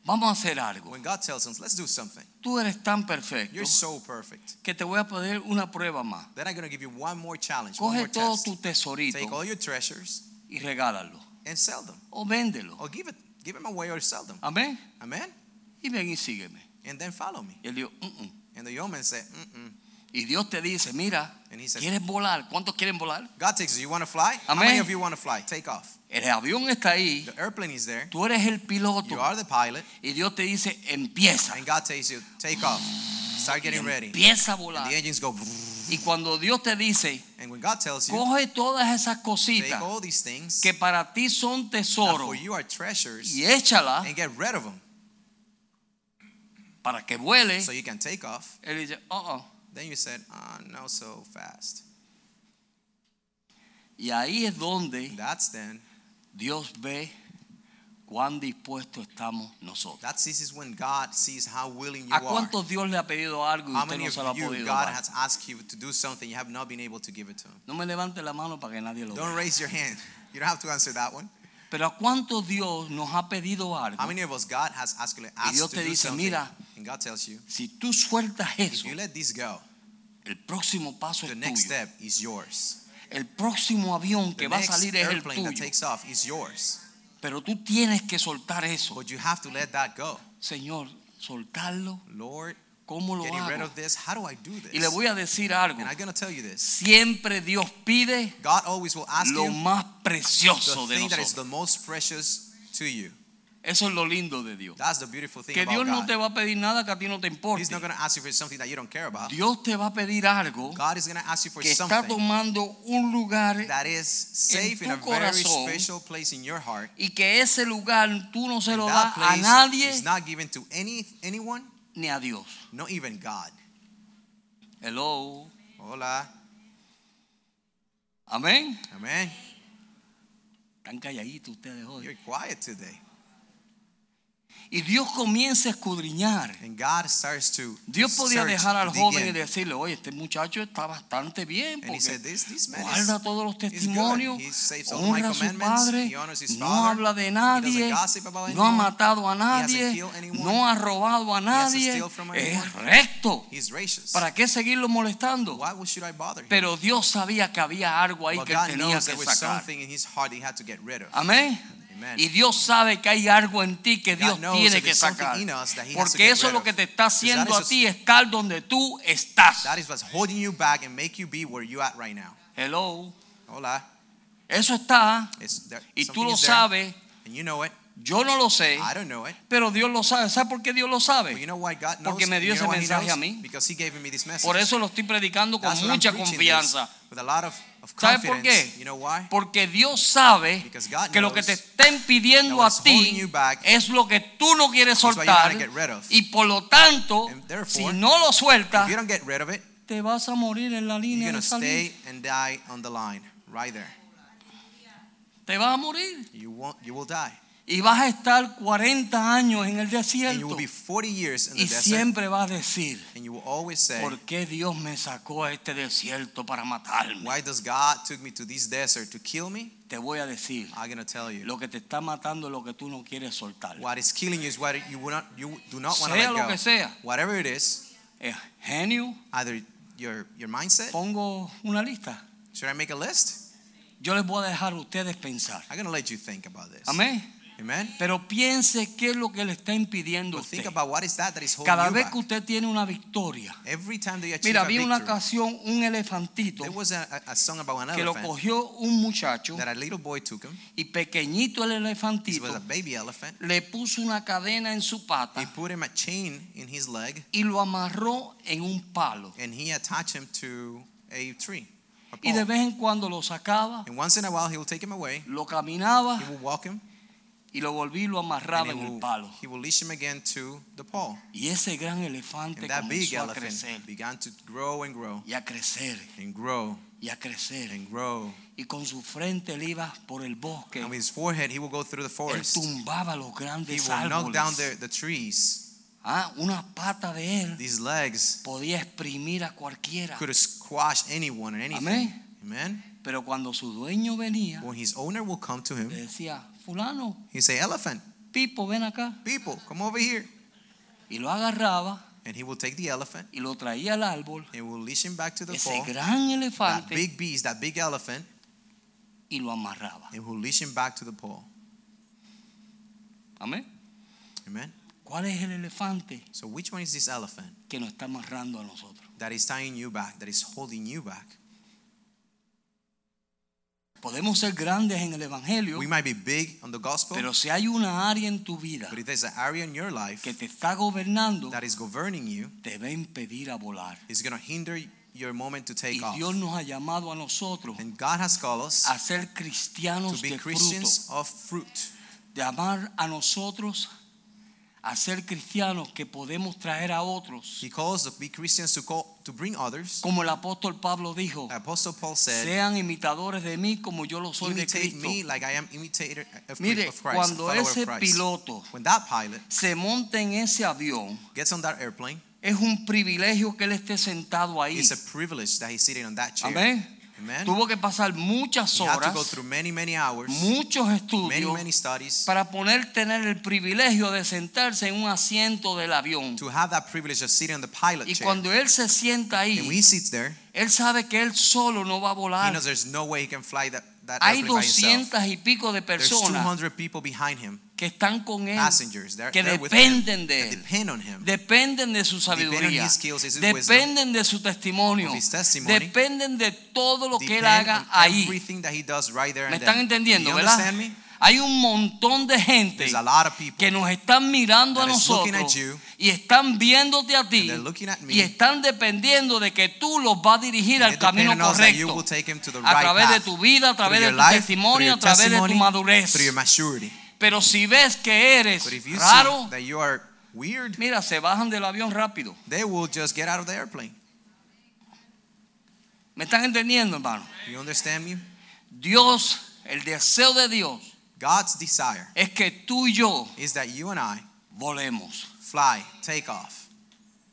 A: vamos a hacer algo.
B: when God tells him, let's do something.
A: Tú eres tan perfecto
B: You're so perfect.
A: que te voy a poner una prueba más.
B: Then I'm going to give you one more challenge, one more
A: Coge todos
B: test.
A: tus
B: Take
A: tesoritos
B: all your treasures
A: y regálalo.
B: and sell them.
A: O véndelo.
B: Or give it, give them away or sell them.
A: Amén.
B: Amen?
A: Y ven y sígueme.
B: And then follow me.
A: Y él dijo, "Mm, mm".
B: And the yeoman said, Mm-mm.
A: y Dios te dice, mira,
B: And he says-
A: ¿quieres volar? ¿Cuántos quieren volar?
B: God takes you. You want to fly? How many
A: Amén.
B: of you want to fly? Take off.
A: El avión está ahí.
B: The airplane is there.
A: Tú eres el piloto.
B: You are the pilot.
A: Y Dios te dice, empieza.
B: And God tells you, take off. Start
A: Y
B: getting ready.
A: Empieza a
B: And
A: volar.
B: the engines go.
A: Y cuando Dios te dice,
B: And when God tells you,
A: coge todas esas
B: take
A: cositas
B: all these things
A: que para ti son
B: that
A: tesoro
B: for you are treasures
A: y échalas
B: and get rid of them
A: para que vuele.
B: so you can take off.
A: Él dice, oh, oh.
B: Then you said, ah, no, so fast.
A: Y ahí es donde
B: That's then.
A: Dios ve cuán dispuestos estamos nosotros.
B: That ceases when God sees how willing you
A: ¿A
B: are.
A: cuántos Dios le ha pedido algo y
B: How
A: usted
B: many
A: no
B: of
A: se lo ha
B: you
A: podido
B: God
A: dar?
B: has asked you to do something you have not been able to give it to Him?
A: No me levante la mano para que nadie lo
B: Don't
A: vea.
B: raise your hand. You don't have to answer that one.
A: Pero ¿a cuántos Dios nos ha pedido
B: How
A: algo?
B: many of us God has asked, asked
A: Dios
B: to
A: te
B: do
A: dice,
B: something?
A: "Mira,
B: and God tells you,
A: Si tú sueltas
B: if
A: eso,
B: you let this go,
A: el próximo paso
B: the
A: es
B: next
A: tuyo.
B: step is yours.
A: El próximo avión que
B: The
A: va a
B: next
A: salir es el
B: airplane that
A: tuyo.
B: takes off is yours.
A: Pero tú tienes que soltar eso.
B: But you have to let that go.
A: Señor, soltarlo,
B: Lord,
A: ¿cómo lo
B: getting rid
A: hago?
B: of this. How do I do
A: Y le
B: this?
A: voy a decir algo.
B: And I'm going to tell you this.
A: Siempre Dios pide
B: God always will ask
A: lo
B: you
A: más
B: the
A: precioso de
B: thing that is
A: nosotros.
B: the most precious to you.
A: Eso es lo lindo de Dios.
B: That's the beautiful thing
A: Que Dios no
B: about
A: te
B: God.
A: va a pedir nada que a ti no te importe.
B: He's not going to ask you for something that you don't care about.
A: Dios te va a pedir algo
B: God is going to ask you for
A: que está
B: something
A: tomando un lugar
B: that is safe in
A: tu
B: a very
A: corazón.
B: special place in your heart.
A: y que ese lugar tú no se
B: And
A: lo
B: that
A: das a
B: place
A: nadie
B: is not given to any anyone,
A: ni a Dios.
B: not even God.
A: Hello.
B: Hola,
A: Amén.
B: amen.
A: Están calladitos ustedes hoy.
B: You're quiet today.
A: Y Dios comienza a escudriñar.
B: And God starts to
A: Dios podía
B: search,
A: dejar al
B: dig
A: joven y
B: in.
A: decirle, oye, este muchacho está bastante bien
B: And he
A: porque
B: said, this, this man is,
A: guarda todos los
B: is good.
A: testimonios,
B: He saves all my
A: honra a su
B: commandments.
A: padre,
B: he honors his
A: no
B: father.
A: habla de
B: He
A: nadie,
B: doesn't gossip about
A: no ha
B: anyone.
A: matado a
B: hasn't
A: nadie,
B: killed anyone.
A: no ha robado a
B: hasn't
A: nadie,
B: steal from anyone.
A: es recto.
B: He's gracious.
A: ¿Para qué seguirlo molestando?
B: Why would- should I bother him?
A: Pero Dios sabía que había algo ahí
B: But
A: que él
B: God
A: tenía
B: knows
A: que
B: there was
A: sacar.
B: something in his heart he had to get rid of.
A: Amén.
B: Amen.
A: Y Dios sabe que hay algo en ti que
B: God
A: Dios
B: knows
A: tiene
B: that
A: que
B: there's
A: sacar.
B: something in us that he has to
A: Porque
B: get
A: eso es
B: rid
A: lo
B: of.
A: que te está
B: Because that
A: haciendo a
B: is
A: ti estar donde tú estás.
B: That is what's holding you back and make you be where you at right now.
A: Hello.
B: Hola.
A: Eso está
B: It's there,
A: y tú
B: something
A: lo
B: is there,
A: sabes
B: And you know it.
A: Yo no lo sé,
B: I don't know it.
A: pero Dios lo sabe. ¿Sabe por qué Dios lo
B: But you
A: sabe?
B: know why God knows?
A: Porque me dio
B: You
A: ese
B: know why he
A: mensaje a
B: knows?
A: mí.
B: Because he gave me this message.
A: Por eso lo estoy predicando con
B: That's why I'm
A: mucha
B: preaching this
A: confianza.
B: With a lot of, of
A: ¿Sabe por
B: confidence.
A: qué?
B: You know why?
A: Porque Dios sabe
B: Because God
A: que lo que te
B: knows
A: estén pidiendo
B: that
A: a
B: what's holding
A: ti
B: you back
A: es lo que tú no quieres
B: what you wanna
A: soltar.
B: get rid of.
A: Y por lo tanto,
B: And therefore,
A: si no lo
B: If
A: sueltas,
B: you don't get rid of it,
A: te vas a morir en la
B: you're
A: línea
B: gonna
A: de salir.
B: stay and die on the line, right there.
A: Te vas a morir.
B: You won't. You will die,
A: Y vas a estar 40 años en el
B: and you will
A: desierto.
B: be 40 years in the
A: Y
B: desert,
A: siempre vas a decir,
B: and you will always say,
A: ¿por qué Dios me sacó a este desierto para matarme?
B: "Why does God took me to this desert to kill me?"
A: Te voy a decir,
B: I'm gonna tell you.
A: lo que te está matando es lo que tú no quieres soltar.
B: What is killing you is what you will not. You do not want to
A: Sea
B: let
A: lo
B: go.
A: que sea.
B: Whatever it is,
A: Eh, genio,
B: either your your mindset.
A: pongo una lista.
B: Should I make a list?
A: Yo les voy a dejar a ustedes pensar.
B: I'm gonna let you think about this.
A: Amén.
B: Amen.
A: Pero piense qué es lo que le está impidiendo a
B: But think
A: usted.
B: about what is that that is holding
A: Cada
B: you
A: vez
B: back.
A: que usted tiene una victoria.
B: Every time that you achieve
A: Mira,
B: a
A: vi
B: victory,
A: una ocasión un elefantito
B: there was a, a- a song about an
A: que lo
B: elephant
A: cogió un muchacho
B: that a little boy took him.
A: y pequeñito el
B: He
A: elefantito
B: was a baby elephant.
A: le puso una cadena en su
B: He
A: pata
B: put him a chain in his leg
A: y lo amarró en un palo.
B: and he attached him to a tree. a
A: Y de
B: pole.
A: vez en cuando lo sacaba,
B: And once in a while he will take him away.
A: lo caminaba
B: He will walk him
A: y lo volví y lo
B: and
A: amarraba
B: he
A: en el
B: will,
A: palo.
B: he will leash him again to the pole.
A: Y ese gran elefante
B: And that big
A: comenzó a
B: elephant
A: crecer
B: began to grow and grow
A: y a crecer
B: and grow
A: y a crecer.
B: and grow.
A: Y con su frente él iba por el bosque.
B: And with his forehead he will go through the
A: Él
B: forest.
A: tumbaba los
B: He
A: grandes
B: will knock down
A: árboles.
B: the, the trees.
A: Ah, una pata de él
B: These legs
A: podía exprimir a cualquiera.
B: could squash anyone or anything.
A: Amén.
B: Amen.
A: Pero cuando su dueño venía,
B: When his owner will come to
A: le
B: him,
A: decía, fulano,
B: he say, "Elephant,
A: Pipo, ven acá.
B: people, come over here."
A: Y lo agarraba
B: And he will take the elephant
A: y lo traía al árbol.
B: and will leash him back to the
A: Ese
B: pole.
A: gran
B: That
A: elefante
B: big beast, that big elephant,
A: y lo amarraba.
B: and will leash him back to the pole.
A: Amén.
B: Amen.
A: ¿Cuál es el elefante
B: So which one is this elephant
A: que nos está amarrando a nosotros?
B: that is tying you back, that is holding you back?
A: Podemos ser grandes en el evangelio,
B: We might be big on the gospel,
A: pero si hay una área en tu vida
B: but if there's an area in your life
A: que te está gobernando,
B: that is governing you,
A: te va a impedir a volar.
B: it's gonna hinder your moment to
A: Y
B: take off.
A: Dios nos ha llamado a nosotros
B: And God has called us
A: a ser cristianos
B: to be
A: de fruto,
B: Christians of fruit.
A: de amar a nosotros, a ser cristianos que podemos traer a otros.
B: He calls us to be Christians to call to bring others.
A: Como el apóstol Pablo dijo,
B: Apostle Paul said,
A: sean imitadores de mí como yo lo soy de
B: imitate
A: Cristo.
B: me like I am imitator of
A: Mire,
B: of Christ,
A: cuando
B: follower of
A: ese
B: Christ.
A: piloto
B: when that pilot
A: se monta en ese avión,
B: gets on that airplane,
A: es un privilegio que él esté sentado ahí.
B: it's a privilege that he's sitting on that chair.
A: Amén.
B: Amen.
A: Tuvo que pasar muchas
B: He had to go
A: horas,
B: through many, many hours,
A: muchos
B: many,
A: estudios
B: many studies
A: para poder tener el privilegio de sentarse en un asiento del avión.
B: to have that privilege of sitting on the pilot
A: Y
B: chair.
A: cuando él se sienta
B: and when he
A: ahí,
B: sits there,
A: él sabe que él solo no va a
B: he
A: volar.
B: knows there's no way he can fly that, that
A: Hay
B: airplane by himself.
A: 200 y pico de
B: There's
A: personas
B: 200 people behind him,
A: que están con él,
B: passengers. They're,
A: que
B: they're with him.
A: dependen de
B: They
A: él,
B: depend on him.
A: dependen de su
B: Depend on
A: sabiduría,
B: his skills, his wisdom,
A: dependen de su testimonio,
B: of his testimony.
A: dependen de todo lo que él
B: Depend
A: haga
B: on
A: ahí.
B: everything that he does right there
A: ¿Me
B: and
A: están
B: then.
A: entendiendo,
B: you
A: verdad?
B: understand me?
A: Hay un montón de gente
B: There's a lot of people.
A: que nos están mirando a
B: that is looking
A: nosotros
B: at you,
A: y están viéndote a ti
B: they're looking at me,
A: y están dependiendo de que tú los vas a dirigir al
B: And it depends
A: camino
B: on us that you
A: correcto
B: will take him to the
A: a
B: right
A: través de
B: path.
A: tu vida, a través
B: through
A: de
B: your
A: tu
B: life, through
A: testimonio,
B: your
A: a través de tu
B: testimony,
A: madurez.
B: through your maturity.
A: Pero si ves que
B: But if
A: eres
B: you see
A: raro,
B: that you are weird,
A: mira, se bajan del avión rápido.
B: they will just get out of the airplane.
A: ¿Me están entendiendo, hermano?
B: You understand me?
A: Dios, el deseo de Dios
B: God's desire
A: es que tú y yo
B: is that you and I
A: volemos.
B: fly, take off.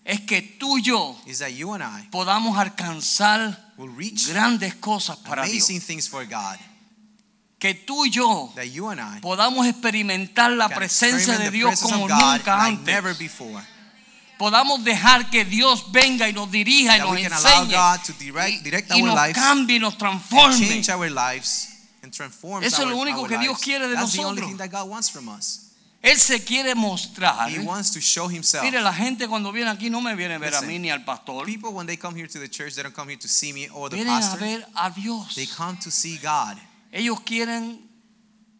A: Es que tú y yo
B: Is that you and I
A: podamos alcanzar
B: will reach
A: grandes cosas para Dios.
B: amazing things for God.
A: Que tú y yo
B: That you and I
A: podamos experimentar la
B: can
A: presencia de
B: experience the
A: Dios
B: presence
A: como
B: of God
A: nunca
B: like
A: antes.
B: never before.
A: podamos dejar que Dios venga y nos dirija y
B: That
A: nos
B: we can allow
A: enseñe
B: God to direct, direct
A: y
B: our
A: nos
B: lives,
A: cambie y nos transforme.
B: change our lives, and transform
A: Eso es
B: our,
A: lo único
B: our
A: que Dios
B: lives.
A: quiere de
B: That's the only
A: nosotros.
B: thing that God wants from us.
A: Él se quiere mostrar.
B: He wants to show Himself.
A: Mire, la gente cuando viene aquí no me viene a ver a
B: Listen.
A: mí ni al pastor.
B: People, when they come here to the church, they don't come here to see me or the
A: Vienen a
B: pastor.
A: ver a Dios.
B: They come to see God.
A: Ellos quieren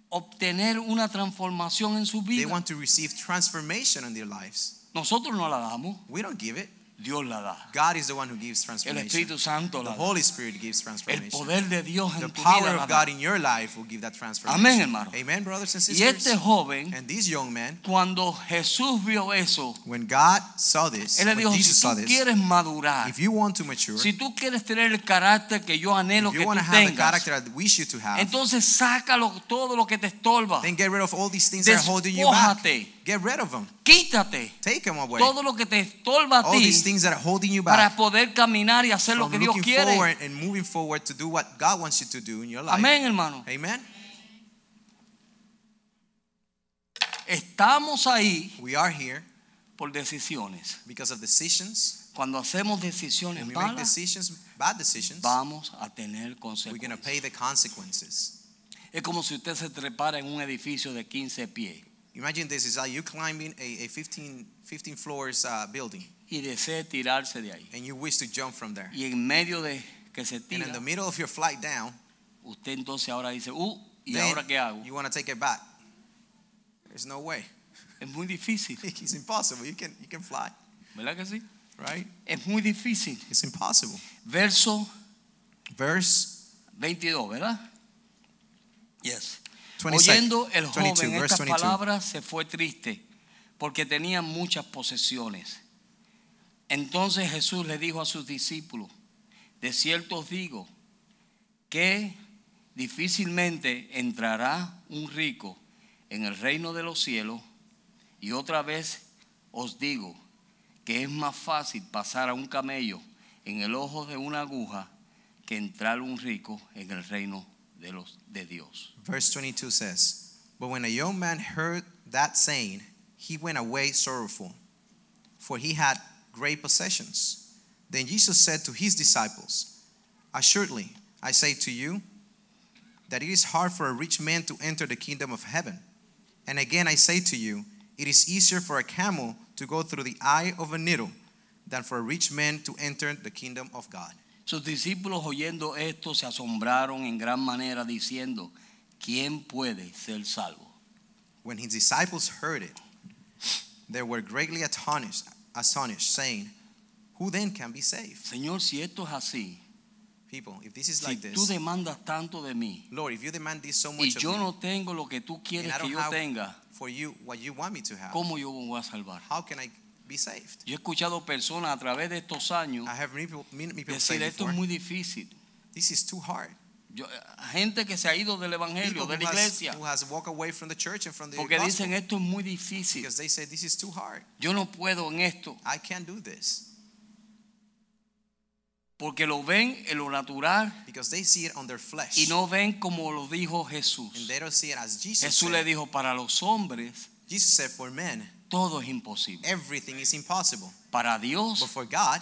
A: obtener una transformación en su
B: They
A: vida.
B: want to receive transformation in their lives.
A: Nosotros no la damos,
B: We don't give it.
A: Dios la da.
B: God is the one who gives
A: El
B: transformation.
A: Espíritu Santo
B: The
A: la da.
B: Holy Spirit gives
A: El
B: transformation.
A: poder de Dios
B: The
A: en tu
B: power
A: vida la
B: of
A: da.
B: God in your life will give that transformation.
A: Amén, hermano.
B: Amen, brothers and
A: Y este
B: sisters.
A: joven,
B: And these young men,
A: cuando Jesús vio eso,
B: when God saw this,
A: él le
B: when
A: dijo,
B: Jesus
A: si
B: saw
A: tú
B: this,
A: quieres madurar,
B: if you want to mature,
A: si tú quieres tener el carácter que yo anhelo
B: if
A: que
B: you
A: tú
B: want to have the
A: tengas,
B: character that we should to have,
A: entonces sácalo todo lo que te estorba.
B: then get rid of all these things that are holding you back.
A: Despójate.
B: Get rid of them.
A: Quítate
B: Take them away.
A: todo lo que te estorba a
B: All
A: ti
B: these things that are holding you back
A: para poder caminar y hacer lo
B: from
A: que Dios
B: looking
A: quiere.
B: forward and moving forward to do what God wants you to do in your life.
A: Amén, hermano.
B: Amen.
A: Estamos ahí
B: We are here
A: por decisiones.
B: because of decisions.
A: Cuando hacemos
B: When
A: decisiones
B: we make
A: malas,
B: decisions, bad decisions,
A: vamos a tener
B: we're going to
A: consecuencias.
B: pay the consequences.
A: Es como si usted se trepara en un edificio de 15 pies
B: Imagine this is like you climbing a, a 15, 15 floors uh, building
A: y desee tirarse de ahí.
B: and you wish to jump from there.
A: Y en medio de que se
B: And in
A: tira,
B: the middle of your flight down,
A: usted entonces ahora dice, uh, ¿y
B: then
A: ahora qué hago?
B: you want to take it back. There's no way. [LAUGHS]
A: Es muy difícil,
B: It's impossible. You can you can fly,
A: ¿verdad que sí?
B: right?
A: Es muy difícil.
B: It's impossible.
A: Verso
B: Verse
A: 22, ¿verdad? Yes.
B: 22,
A: Oyendo el
B: 22,
A: joven
B: verse
A: estas
B: 22.
A: palabras se fue triste porque tenía muchas posesiones. Entonces Jesús le dijo a sus discípulos, de cierto os digo que difícilmente entrará un rico en el reino de los cielos y otra vez os digo que es más fácil pasar a un camello en el ojo de una aguja que entrar un rico en el reino de los de Dios.
B: Verse 22 says, But when a young man heard that saying, he went away sorrowful, for he had great possessions. Then Jesus said to his disciples, Assuredly, I say to you, that it is hard for a rich man to enter the kingdom of heaven. And again I say to you, it is easier for a camel to go through the eye of a needle than for a rich man to enter the kingdom of God.
A: Sus discípulos oyendo esto se asombraron en gran manera diciendo, ¿quién puede ser salvo?
B: When his disciples heard it, they were greatly astonished, astonished, saying, Who then can be saved?
A: Señor, si esto es así,
B: People, if this is
A: si
B: like
A: tú
B: this,
A: demandas tanto de mí
B: Lord, if you demand this so
A: y
B: much of
A: yo
B: me,
A: no tengo lo que tú
B: and
A: quieres
B: I
A: que
B: don't
A: yo
B: have
A: tenga,
B: for you what you want me to have,
A: ¿cómo yo me voy a salvar?
B: how can I be saved?
A: Yo he escuchado personas a través de estos años
B: I have many people, many people say
A: decir, esto
B: before,
A: es muy difícil.
B: this is too hard.
A: Yo- eh, gente que se ha ido del evangelio,
B: People
A: de la
B: who has,
A: iglesia,
B: who has walked away from the church and from the
A: porque
B: gospel
A: dicen, esto es muy difícil,
B: because they say, this is too hard.
A: yo no puedo en esto,
B: I can't do this
A: porque lo ven en lo natural
B: because they see it on their flesh.
A: y no ven como lo dijo Jesús.
B: and they don't see it as Jesus
A: Jesús le
B: said.
A: dijo, para los hombres
B: Jesus said, for men,
A: todo es imposible.
B: everything is impossible.
A: Para
B: But
A: Dios
B: for God,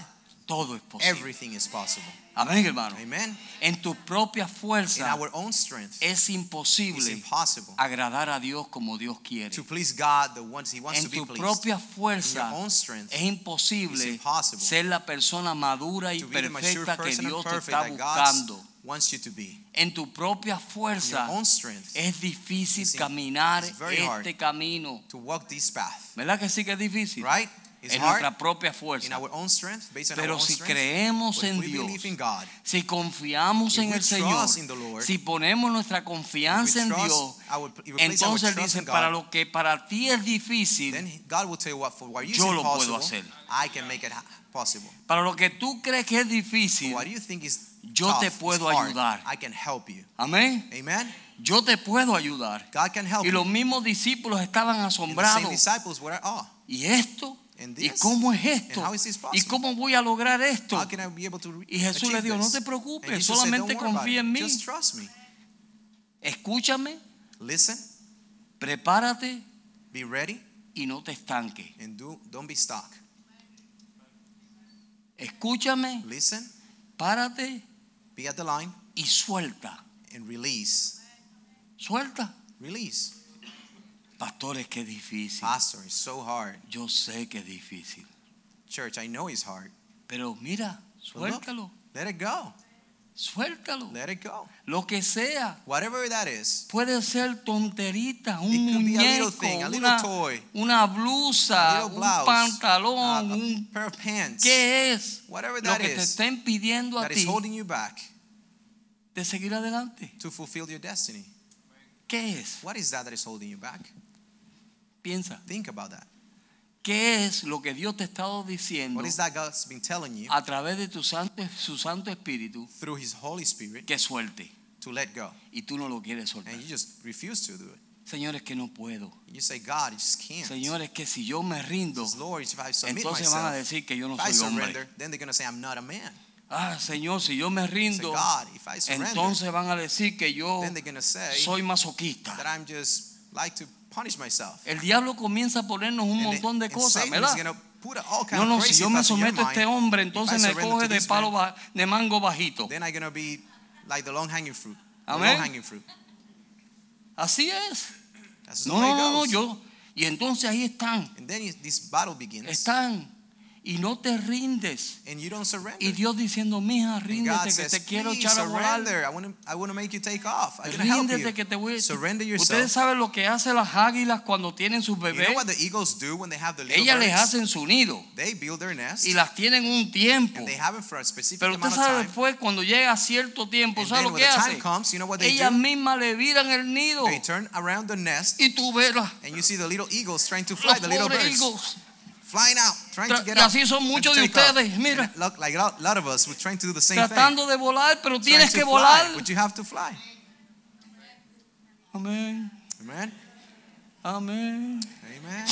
A: todo es posible.
B: everything is possible.
A: Amén, hermano.
B: Amen.
A: En tu propia
B: In
A: fuerza
B: our own strength,
A: es
B: it's
A: imposible
B: impossible
A: agradar a Dios como Dios quiere.
B: to please God the ones He wants
A: En
B: to be
A: tu
B: pleased.
A: propia
B: In your
A: fuerza
B: own strength,
A: es imposible ser la persona madura y
B: to be the mature
A: perfecta que
B: person and
A: Dios te
B: perfect
A: está
B: that God
A: buscando.
B: wants you to be.
A: En tu propia
B: In your
A: fuerza
B: own strength,
A: es difícil
B: It's im-
A: caminar
B: it's very hard.
A: este camino.
B: to walk this path,
A: ¿Verdad que sí que es difícil?
B: right? It's
A: En
B: hard
A: nuestra propia
B: in
A: fuerza.
B: our own strength, based on our
A: Pero
B: own
A: si
B: strength.
A: creemos
B: But if
A: en
B: we
A: Dios,
B: believe in God,
A: si confiamos
B: If
A: en
B: we
A: el Señor,
B: trust in the Lord,
A: si ponemos nuestra
B: if
A: confianza
B: we
A: en
B: trust,
A: Dios,
B: our, if we place our
A: entonces Él
B: trust
A: dice,
B: in
A: para
B: God,
A: lo que para ti es difícil,
B: then God will tell you what for what you
A: Yo lo puedo
B: impossible,
A: hacer.
B: I can make it ha- possible.
A: para lo que tú crees que es difícil,
B: What do you think is
A: Yo
B: tough,
A: te
B: is
A: puedo
B: hard,
A: ayudar.
B: I can help you.
A: amén,
B: Amen.
A: yo te puedo ayudar.
B: God can help
A: Y los
B: you.
A: mismos discípulos estaban
B: And the same
A: asombrados.
B: disciples were awe.
A: ¿Y esto?
B: And
A: ¿Y
B: this?
A: cómo es
B: And
A: esto?
B: how is this
A: ¿Y
B: possible?
A: cómo voy a lograr esto?
B: How can I be able to re-
A: Y Jesús le
B: achieve
A: dijo, no
B: this?
A: te
B: And
A: preocupes,
B: Jesus said, "Don't
A: solamente
B: worry about
A: confía
B: it.
A: en mí."
B: Just trust me.
A: Escúchame,
B: Listen,
A: prepárate
B: be ready,
A: y no te estanques.
B: and do, don't be stuck.
A: Escúchame,
B: Listen,
A: párate
B: be at the line,
A: y suelta.
B: and release.
A: Suelta.
B: Release.
A: Pastores, qué difícil.
B: Pastor, it's so hard.
A: Yo sé que es difícil.
B: Church, I know it's hard.
A: Pero mira,
B: But look,
A: suéltalo.
B: Let it go.
A: Suéltalo.
B: Let it go.
A: Lo que sea.
B: Whatever that is,
A: Puede ser tonterita, un
B: It could be a little
A: muñeco,
B: thing, a little
A: una,
B: toy,
A: una
B: a
A: blusa,
B: little blouse,
A: Ah, un pantalón,
B: a, a
A: un
B: pair of pants,
A: ¿Qué es
B: Whatever
A: lo
B: that
A: que te
B: is
A: está impidiendo a
B: that is
A: ti
B: holding you back
A: de seguir adelante?
B: to fulfill your destiny.
A: ¿Qué es?
B: What is that that is holding you back?
A: Piensa.
B: Think about that.
A: ¿Qué es lo que Dios te ha estado diciendo
B: What is that God's been telling you
A: a través de tu santo, su Santo Espíritu
B: through His Holy Spirit
A: que suelte?
B: to let go?
A: Y tú no lo quieres soltar.
B: And you just refuse to do it.
A: Señores, que no puedo.
B: You say, God, you just can't.
A: Señores, que si yo me rindo,
B: Says, Lord, if I submit
A: entonces van a
B: myself,
A: decir que yo no
B: if I
A: soy
B: surrender,
A: hombre.
B: then they're going to say, I'm not a man.
A: Ah, Señor, si yo me
B: Say,
A: rindo,
B: God, if I surrender,
A: entonces van a decir que yo
B: then they're going to say
A: soy masoquista.
B: that I'm just like to punish myself.
A: El diablo comienza a ponernos un
B: And
A: montón
B: the-
A: de
B: and
A: cosas,
B: Satan is
A: ¿verdad?
B: gonna put all kind
A: No,
B: of
A: no,
B: crazy
A: si yo me
B: thoughts in your
A: someto a este
B: mind.
A: hombre,
B: If I
A: entonces me
B: surrender
A: coge
B: to
A: de
B: this
A: palo
B: man,
A: ba- de mango bajito.
B: Then I'm going to be like the long hanging fruit.
A: Amén.
B: Long hanging fruit.
A: Así es.
B: That's the
A: No,
B: way
A: no,
B: it
A: no, no,
B: goes.
A: yo. Y entonces ahí están,
B: And then you- this battle begins.
A: están. Y no te rindes.
B: and you don't surrender.
A: Y Dios diciendo, mija,
B: And God
A: ríndete que
B: says,
A: te quiero
B: "Please
A: echar a volar.
B: surrender. I want to I want to make you take off. I can help you.
A: Ríndete que te voy
B: Surrender
A: Ustedes
B: yourself.
A: saben lo que hacen las águilas cuando tienen sus
B: You know
A: bebés.
B: what the eagles do when they have the little
A: Ellas les
B: birds?
A: hacen su nido
B: They build their nest.
A: y las tienen un tiempo.
B: and they have it for a specific
A: Pero usted
B: amount of
A: sabe
B: time.
A: después, cuando llega cierto tiempo,
B: And
A: ¿sabe
B: then
A: lo
B: when
A: que
B: the time
A: hace?
B: comes, you know what they
A: Ellas
B: do?
A: mismas le viran el nido
B: They turn around the nest
A: y tú verás
B: and you see the little eagles trying to fly,
A: los
B: the little
A: pobres
B: birds
A: higos.
B: flying out, trying
A: Tra-
B: to get
A: y
B: out.
A: así son
B: and
A: muchos
B: to
A: de
B: take off.
A: ustedes,
B: And
A: mira.
B: it look like a lot, lot of us, we're trying to do the same thing.
A: tratando de volar, pero
B: Trying
A: tienes
B: to
A: que
B: fly,
A: volar.
B: but you have to fly.
A: Amén,
B: Amen.
A: amén,
B: Amen.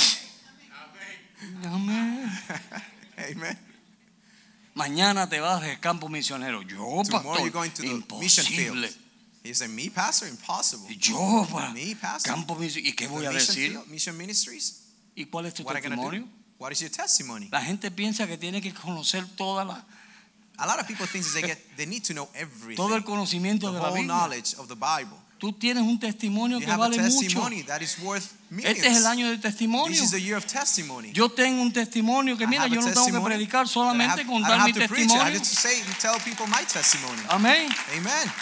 B: [LAUGHS]
A: amén.
B: Amen.
A: Mañana te vas del campo misionero. Yo,
B: Tomorrow you're
A: pastor,
B: going to the mission
A: imposible.
B: field. He said, Me, pastor? Impossible.
A: Yo, pa,
B: Me, pastor?
A: campo misionero. ¿Y qué voy
B: The
A: a
B: mission
A: decir?
B: field, mission ministries?
A: ¿Y cuál es tu
B: What I gonna do?
A: testimonio?
B: What is your testimony?
A: La gente piensa que tiene que conocer toda la,
B: A lot of people think is they get they need to know everything.
A: todo el conocimiento
B: the
A: de la
B: whole
A: Biblia.
B: knowledge of the Bible.
A: Tú tienes un testimonio
B: You
A: que
B: have a
A: vale mucho.
B: testimony that is worth millions.
A: Este es el año del
B: This
A: testimonio.
B: is the year of testimony.
A: Yo tengo un testimonio que
B: I
A: mira,
B: have a
A: yo no tengo que
B: testimony
A: predicar,
B: that I
A: solamente
B: have- I
A: contar
B: don't
A: mi
B: have to preach. I
A: testimonio.
B: just say and tell people my testimony.
A: Amén.
B: Amen.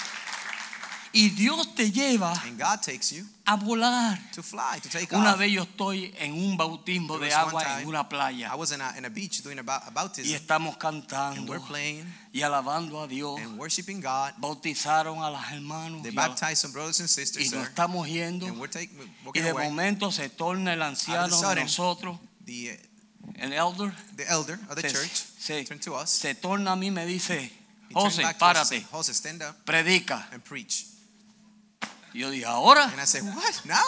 A: Y Dios te lleva
B: And God takes you
A: a volar.
B: to fly, to take
A: Una
B: off.
A: vez yo estoy en un bautismo
B: There
A: de
B: was one
A: agua en
B: time
A: una playa
B: I was in a, in a beach doing about,
A: y
B: baptism,
A: estamos
B: and we're
A: cantando
B: playing
A: y alabando a Dios.
B: and worshiping God.
A: Bautizaron a las hermanos
B: They
A: y a-
B: baptized some brothers and
A: y
B: sisters,
A: nos
B: sir,
A: estamos yendo
B: and we're taking
A: y
B: walking
A: de
B: away.
A: momento se torna el anciano de
B: sudden,
A: nosotros,
B: The uh,
A: el elder,
B: the elder of the
A: se,
B: church
A: se-
B: turned to us.
A: se torna a mí y me dice,
B: He turned
A: José,
B: back to us and
A: párate,
B: said, Jose, stand up
A: predica.
B: and preach.
A: Y yo dije, ¿ahora? [LAUGHS]
B: And I said, what now?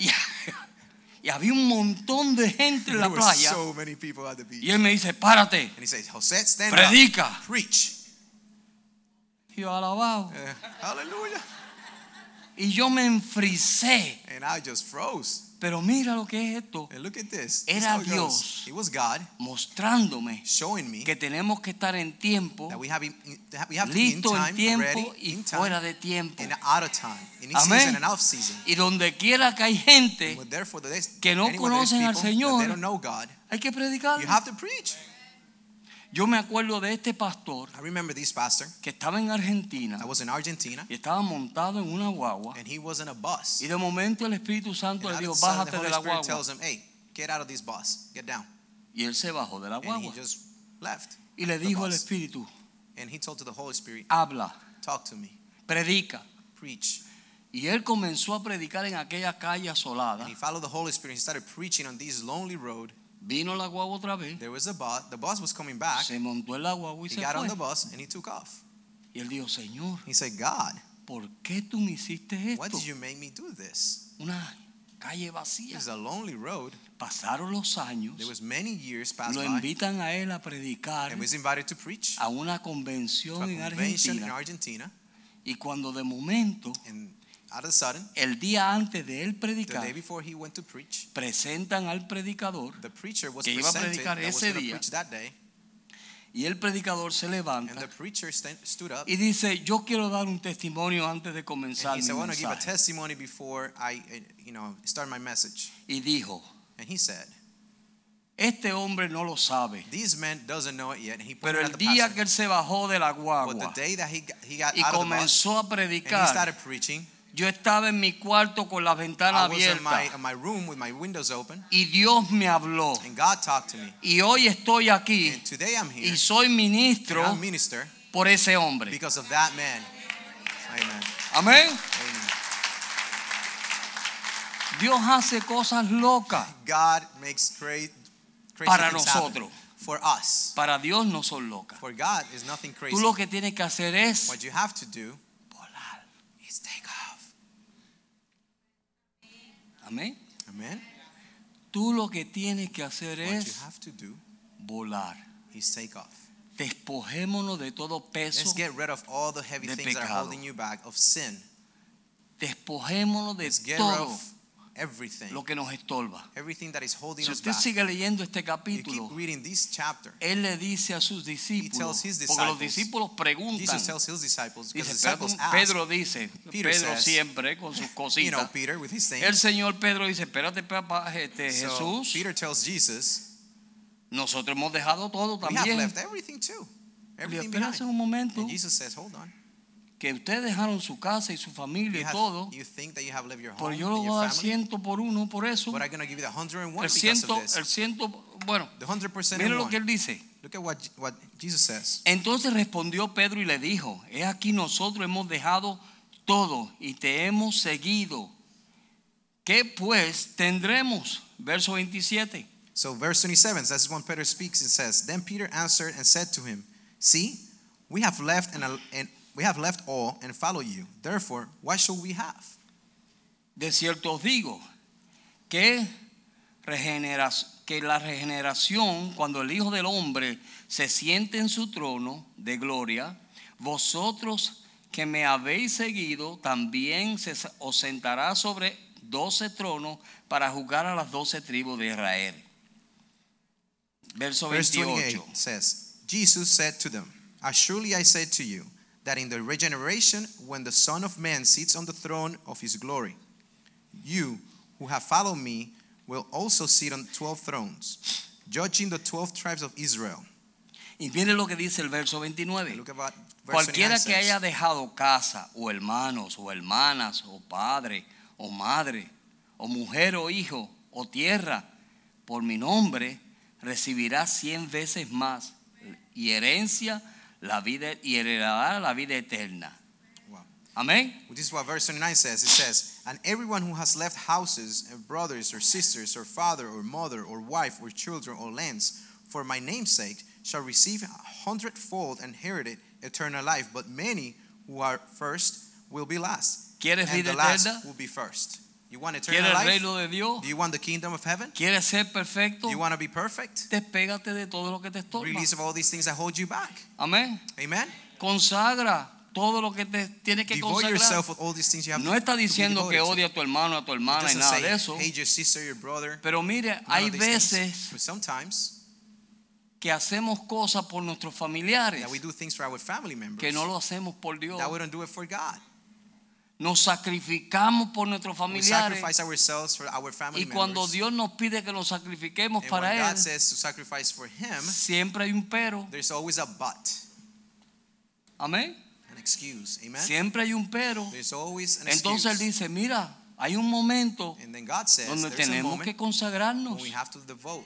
A: Y, y había un montón de gente en la
B: There were
A: playa.
B: so many people at the beach.
A: y él me dice, párate,
B: And uh, he said, Jose, stand up,
A: predica.
B: preach.
A: Y yo alabado.
B: Uh, hallelujah.
A: Y yo me enfricé.
B: And I just froze.
A: Pero mira lo que es esto.
B: And look at this.
A: Era
B: This is how it
A: Dios.
B: goes. It was God
A: Mostrándome
B: showing me
A: que tenemos que estar en tiempo,
B: that we have, in, that we have to be in
A: listo en
B: time,
A: tiempo
B: ready,
A: y
B: in time,
A: fuera de tiempo.
B: and out of time, in
A: Amén.
B: season and off season.
A: Y donde quiera que hay gente,
B: But therefore, there is,
A: Que no
B: anyone that is
A: conocen al
B: people,
A: Señor.
B: that they don't know God,
A: hay que
B: you
A: predicar.
B: have to preach.
A: Yo me acuerdo de este pastor
B: I remember this pastor.
A: que estaba en Argentina
B: I was in Argentina,
A: y estaba montado en una guagua.
B: and he was in a bus.
A: Y de momento el Espíritu Santo
B: And
A: le
B: out
A: dijo,
B: of the sudden,
A: bájate
B: the
A: de
B: Holy
A: la
B: Spirit
A: guagua.
B: tells him, hey, get out of this bus. Get down.
A: Y él se bajó de la
B: And he
A: guagua.
B: just left.
A: Y le
B: the
A: dijo al
B: bus.
A: Espíritu,
B: And he told to the Holy Spirit,
A: habla,
B: talk to me,
A: predica.
B: preach.
A: Y él comenzó a predicar en aquella calle
B: And
A: asolada.
B: he followed the Holy Spirit. He started preaching on this lonely road.
A: Vino la guagua otra vez,
B: There was a bus. The bus was coming back.
A: se montó en la guagua y
B: He
A: se
B: got on
A: fue.
B: the bus and he took off.
A: Y él dijo, Señor,
B: He said, God,
A: ¿por qué tú me hiciste
B: why
A: esto?
B: did you make me do this?
A: Una calle
B: It
A: vacía.
B: was a lonely road.
A: Pasaron los años,
B: There was many years passed
A: lo
B: by.
A: invitan a él a predicar
B: And was invited to preach
A: a una
B: to a
A: convención en
B: convention in
A: Argentina.
B: Argentina.
A: Y cuando de momento,
B: And out of the sudden,
A: el día antes de él
B: the day
A: predicar,
B: before he went to preach,
A: presentan al predicador
B: the preacher was
A: Que iba a
B: presented
A: predicar
B: that was
A: ese
B: going to
A: día.
B: preach that day.
A: y el predicador se
B: And the
A: levanta
B: preacher stand, stood up
A: y dice, yo quiero dar un testimonio antes de
B: and
A: comenzar
B: he
A: mi
B: said, I want to give a
A: mensaje.
B: testimony before I, eh, you know, start my message.
A: Y dijo,
B: And he said,
A: Este hombre no lo sabe.
B: These men doesn't know it yet. He
A: Pero
B: pointed
A: el
B: at the
A: día que
B: pastor.
A: él se bajó de la
B: But the
A: guagua
B: day that he got, he got
A: y
B: out of the bus
A: comenzó a
B: and he started
A: predicar,
B: preaching,
A: yo estaba en mi cuarto con las ventanas
B: I was in my,
A: abiertas
B: in my room with my windows open,
A: y Dios me habló.
B: and God talked to me.
A: Y hoy estoy aquí
B: And today I'm here.
A: y soy
B: and
A: ministro
B: I'm minister
A: por ese hombre.
B: because of that man. Amen.
A: Amén.
B: Amen.
A: Dios hace cosas locas.
B: God makes great, crazy
A: Para
B: things happen
A: nosotros.
B: for us.
A: Para Dios no son locas.
B: For God is nothing crazy.
A: Tú lo que tienes que hacer es
B: What you have to do
A: volar.
B: is take off.
A: Amén.
B: Amen.
A: Tú lo que tienes que hacer
B: What you
A: es
B: have to do
A: volar.
B: is take off.
A: Despojémonos de todo
B: Let's
A: peso.
B: get rid of all the heavy
A: de
B: things that are
A: pecado.
B: holding you back of sin.
A: Despojémonos de
B: Let's get rid
A: todo
B: of everything.
A: lo que nos estorba.
B: Everything that is holding
A: Si
B: us
A: usted
B: back.
A: sigue leyendo este
B: You keep
A: capítulo,
B: reading this chapter.
A: él le dice a sus discípulos,
B: tells his
A: porque los
B: disciples.
A: discípulos preguntan,
B: Jesus tells his disciples because
A: dice,
B: the
A: Pedro,
B: disciples ask,
A: Pedro dice,
B: Peter
A: Pedro
B: says,
A: siempre con sus
B: [LAUGHS] you know,
A: cositas.
B: Peter with his
A: El
B: things.
A: Señor Pedro dice, espérate papá, este,
B: So
A: Jesús,
B: Peter tells Jesus,
A: nosotros hemos dejado todo
B: we have
A: también.
B: left everything too.
A: Le
B: Everything behind.
A: espérate un momento,
B: And Jesus says, hold on.
A: que ustedes dejaron su casa y su familia
B: You,
A: y
B: have-
A: todo,
B: you think that you have left your home
A: pero yo
B: and
A: lo
B: your
A: voy a dar
B: family,
A: ciento por uno por eso.
B: but I'm going to give you the 101
A: El
B: because
A: ciento,
B: of this.
A: el ciento, bueno,
B: The 100%
A: miren
B: and
A: lo
B: one.
A: que él dice.
B: Look at what, Je- what Jesus says.
A: Entonces respondió Pedro y le dijo, he aquí nosotros hemos dejado todo y te hemos seguido. ¿Qué pues tendremos? Verso 27.
B: So verse 27, that's when Peter speaks and says, Then Peter answered and said to him, See, we have left and, and we have left all and followed you. Therefore, what shall we have?
A: De cierto os digo que, regenera- que la regeneración, cuando el Hijo del Hombre se siente en su trono de gloria, vosotros que me habéis seguido también se- os sentará sobre doce tronos para juzgar a las doce tribus de Israel. Verso
B: Verse 28
A: 28.
B: says, Jesus said to them, Assuredly I say to you, that in the regeneration, when the Son of Man sits on the throne of his glory, you who have followed me will also sit on 12 thrones, judging the 12 tribes of Israel.
A: Y miren lo que dice el verso 29.
B: Look about verse 29
A: Cualquiera que
B: says,
A: haya dejado casa o hermanos o hermanas o padre o madre o mujer o hijo o tierra por mi nombre recibirá cien veces más y herencia la vida y heredará la vida eterna.
B: Wow.
A: Amén.
B: This is what verse 29 says. It says, And everyone who has left houses, and brothers, or sisters, or father, or mother, or wife, or children, or lands, for my name's sake, shall receive a hundredfold and inherit it eternal life. But many who are first will be last,
A: ¿Quieres
B: and
A: vida
B: the last
A: eterna?
B: will be first. You want eternal
A: ¿Quieres el
B: life?
A: reino de Dios?
B: Do you want the kingdom of heaven?
A: ¿Quieres ser perfecto?
B: Do you want to be perfect?
A: Despégate de todo lo que te estorba.
B: Release of all these things that hold you back.
A: Amén.
B: Amen?
A: Consagra todo lo que te tienes que
B: Devote
A: consagrar.
B: yourself with all these things you have
A: No
B: to,
A: está
B: to be
A: diciendo que
B: devoted to.
A: odia a tu hermano, a tu
B: It
A: hermana y
B: doesn't
A: nada de
B: say
A: eso.
B: hate your sister, your brother,
A: Pero mire,
B: None
A: hay
B: of these things.
A: veces
B: But sometimes
A: que hacemos cosas por nuestros familiares
B: that we do things for our family members
A: que no lo hacemos por Dios.
B: that we don't do it for God.
A: Nos sacrificamos por nuestros
B: We
A: familiares.
B: sacrifice ourselves for our family
A: Y cuando
B: members.
A: Dios nos pide que nos sacrifiquemos
B: and when
A: para
B: God
A: Él,
B: says to sacrifice for Him,
A: siempre hay un pero.
B: there's always a but,
A: Amén.
B: an excuse. Amen.
A: Siempre hay un pero.
B: There's always an
A: Entonces Él dice,
B: excuse.
A: mira, hay un momento
B: and then God says,
A: donde
B: there's a
A: tenemos que
B: moment
A: consagrarnos,
B: when we have to devote,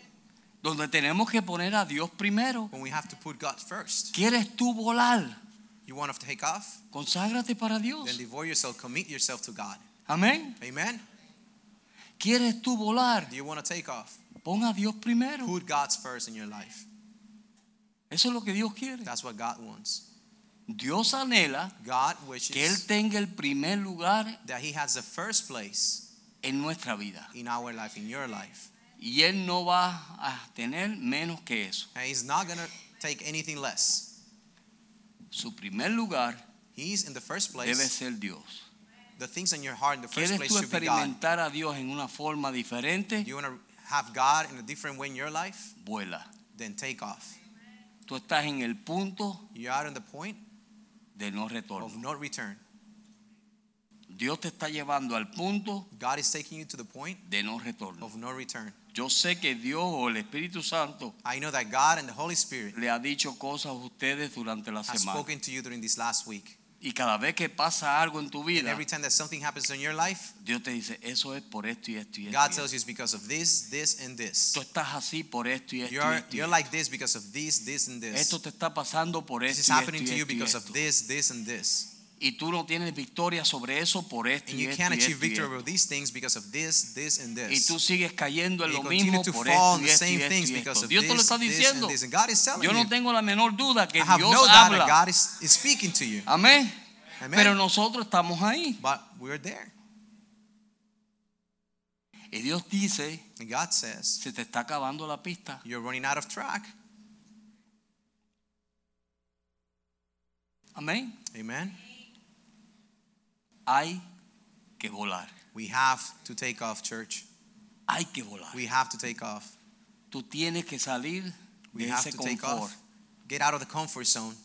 A: donde tenemos que poner a Dios primero.
B: when we have to put God first.
A: ¿Quieres tú volar?
B: You want to take off?
A: Conságrate para
B: Then
A: Dios.
B: devote yourself, commit yourself to God.
A: Amén.
B: Amen.
A: ¿Quieres tú volar?
B: Do you want to take off?
A: Pon a Dios primero.
B: Put God's first in your life.
A: Eso es lo que Dios quiere.
B: That's what God wants.
A: Dios anhela
B: God
A: que Él
B: wishes
A: tenga el primer lugar
B: that He has the first place
A: en nuestra vida.
B: in our life, in your life.
A: Y Él no va a tener menos que eso.
B: And he's not going to take anything less.
A: Su primer lugar
B: He's in the first
A: debe
B: place.
A: ser Dios.
B: The things in your heart in the first
A: ¿Quieres
B: place
A: tú
B: should be God.
A: experimentar a Dios en una forma diferente?
B: You want to have God in a different way in your life?
A: Vuela.
B: Then take off.
A: Tú estás en el punto
B: You're out on the point
A: de no
B: of
A: retorno.
B: no return.
A: Dios te está llevando al punto
B: God is taking you to the point
A: de no retorno.
B: of no return.
A: Yo sé que Dios o el Espíritu Santo
B: I know that God and the Holy Spirit
A: le ha dicho cosas a ustedes durante la
B: has
A: semana.
B: spoken to you during this last week.
A: Y cada vez que pasa algo en tu
B: And
A: vida,
B: every time that something happens in your life,
A: Dios te dice, eso es por esto y esto y esto.
B: God
A: y esto.
B: tells you it's because of this, this, and
A: Tú
B: this.
A: estás así por esto y esto. y
B: You're,
A: esto y
B: you're
A: esto.
B: like this because of this, this, and this.
A: Esto te está pasando por
B: This
A: esto,
B: is
A: y esto,
B: happening
A: y
B: to you
A: esto, y
B: because of
A: esto.
B: this, this, and this.
A: Y tú no tienes victoria sobre eso por esto
B: And
A: y
B: you
A: esto,
B: can't
A: y,
B: achieve
A: esto, y
B: victory
A: esto.
B: over these things because of this, this, and
A: Y tú
B: this.
A: sigues cayendo en
B: You
A: lo
B: continue
A: mismo
B: to
A: por
B: fall
A: esto y
B: in the
A: esto, y
B: same
A: esto,
B: things
A: y
B: because
A: esto.
B: of
A: Dios te lo
B: this,
A: está
B: this, and
A: diciendo.
B: this. And God is telling
A: Yo no
B: you.
A: tengo la menor duda que
B: I have
A: Dios
B: no doubt that
A: habla.
B: God is, is speaking to you.
A: Amén. Pero
B: Amen.
A: nosotros estamos ahí.
B: But we're there.
A: Y Dios dice,
B: And God says,
A: se te está acabando la pista.
B: You're running out of track.
A: Amén.
B: Amen.
A: Hay que volar.
B: We have to take off, church.
A: Hay que volar.
B: We have to take off.
A: Tú tienes que salir
B: We
A: de
B: have
A: ese
B: to take
A: confort.
B: off. Get out of the comfort zone.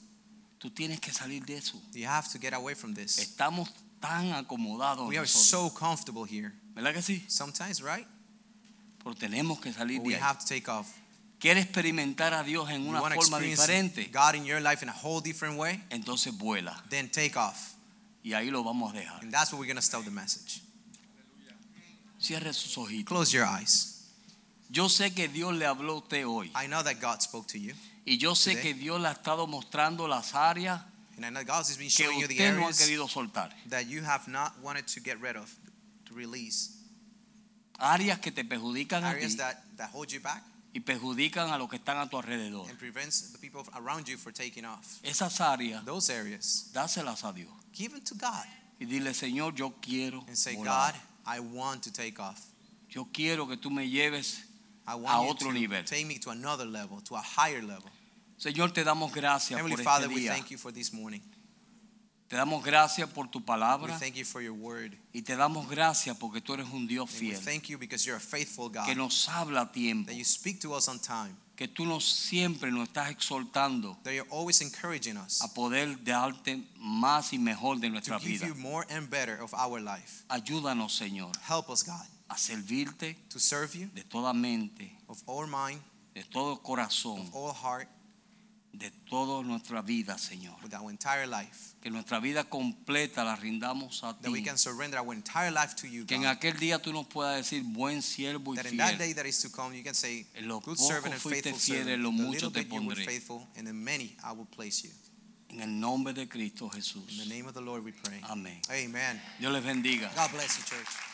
A: Tú tienes que salir de eso.
B: You have to get away from this.
A: Estamos tan acomodados.
B: We are
A: nosotros.
B: so comfortable here.
A: ¿Verdad que sí?
B: Sometimes, right?
A: Pero tenemos que salir
B: But we
A: de ahí.
B: have to take off.
A: Quieres experimentar a Dios en
B: You
A: una
B: want to
A: forma
B: experience
A: diferente.
B: God in your life in a whole different way?
A: Entonces vuela.
B: Then take off.
A: Y ahí lo vamos a dejar.
B: And that's what we're going to start the message.
A: Cierre sus ojitos.
B: Close your eyes.
A: Yo sé que Dios le habló a usted hoy.
B: I know that God spoke to you.
A: Y yo sé
B: Today.
A: que Dios le ha estado mostrando las áreas
B: And I know God has been
A: que
B: showing you the
A: usted no ha
B: areas
A: querido soltar.
B: that you have not wanted to get rid of, to release.
A: Áreas que te perjudican a
B: Areas
A: ti
B: that, that hold you back
A: y perjudican a los que están a tu alrededor.
B: and prevents the people around you from taking off.
A: Esas áreas,
B: Those areas,
A: dáselas a Dios.
B: give them to God
A: Y dile, Señor, yo quiero
B: and say,
A: volar.
B: God, I want to take off.
A: Yo quiero que tú me lleves.
B: I want
A: a
B: you
A: otro
B: to
A: nivel.
B: take me to another level, to a higher level.
A: Señor, te damos gracias
B: Heavenly
A: por
B: Father,
A: este
B: we
A: día.
B: thank you for this morning.
A: Te damos gracias por tu
B: We
A: palabra
B: thank you for your word.
A: y te damos gracias porque tú eres un Dios
B: And we
A: fiel
B: thank you because you're a faithful God.
A: que nos habla a tiempo,
B: That you speak to us on time.
A: que tú nos siempre nos estás exhortando
B: That you're always encouraging us
A: a poder darte más y mejor de
B: to
A: nuestra
B: give
A: vida.
B: you more and better of our life.
A: Ayúdanos, Señor,
B: Help us, God,
A: a servirte
B: to serve you
A: de toda mente,
B: of all mind,
A: de todo corazón,
B: of all heart,
A: de toda nuestra vida, Señor.
B: with our entire life.
A: Que nuestra vida completa la rindamos a
B: That we
A: ti.
B: can surrender our entire life to you,
A: Que en
B: God.
A: aquel día tú nos puedas decir buen siervo y
B: That in that
A: fiel.
B: day that is to come, you can say,
A: En lo
B: Good
A: poco
B: servant and
A: fuiste
B: faithful
A: fiel, en
B: servant.
A: lo
B: In the
A: mucho
B: little
A: te
B: bit you were
A: pondré.
B: faithful, and in many I will place you.
A: En el nombre de Cristo
B: In
A: Jesús.
B: the name of the Lord we pray.
A: Amén.
B: Amen.
A: Dios les bendiga.
B: God bless you, church.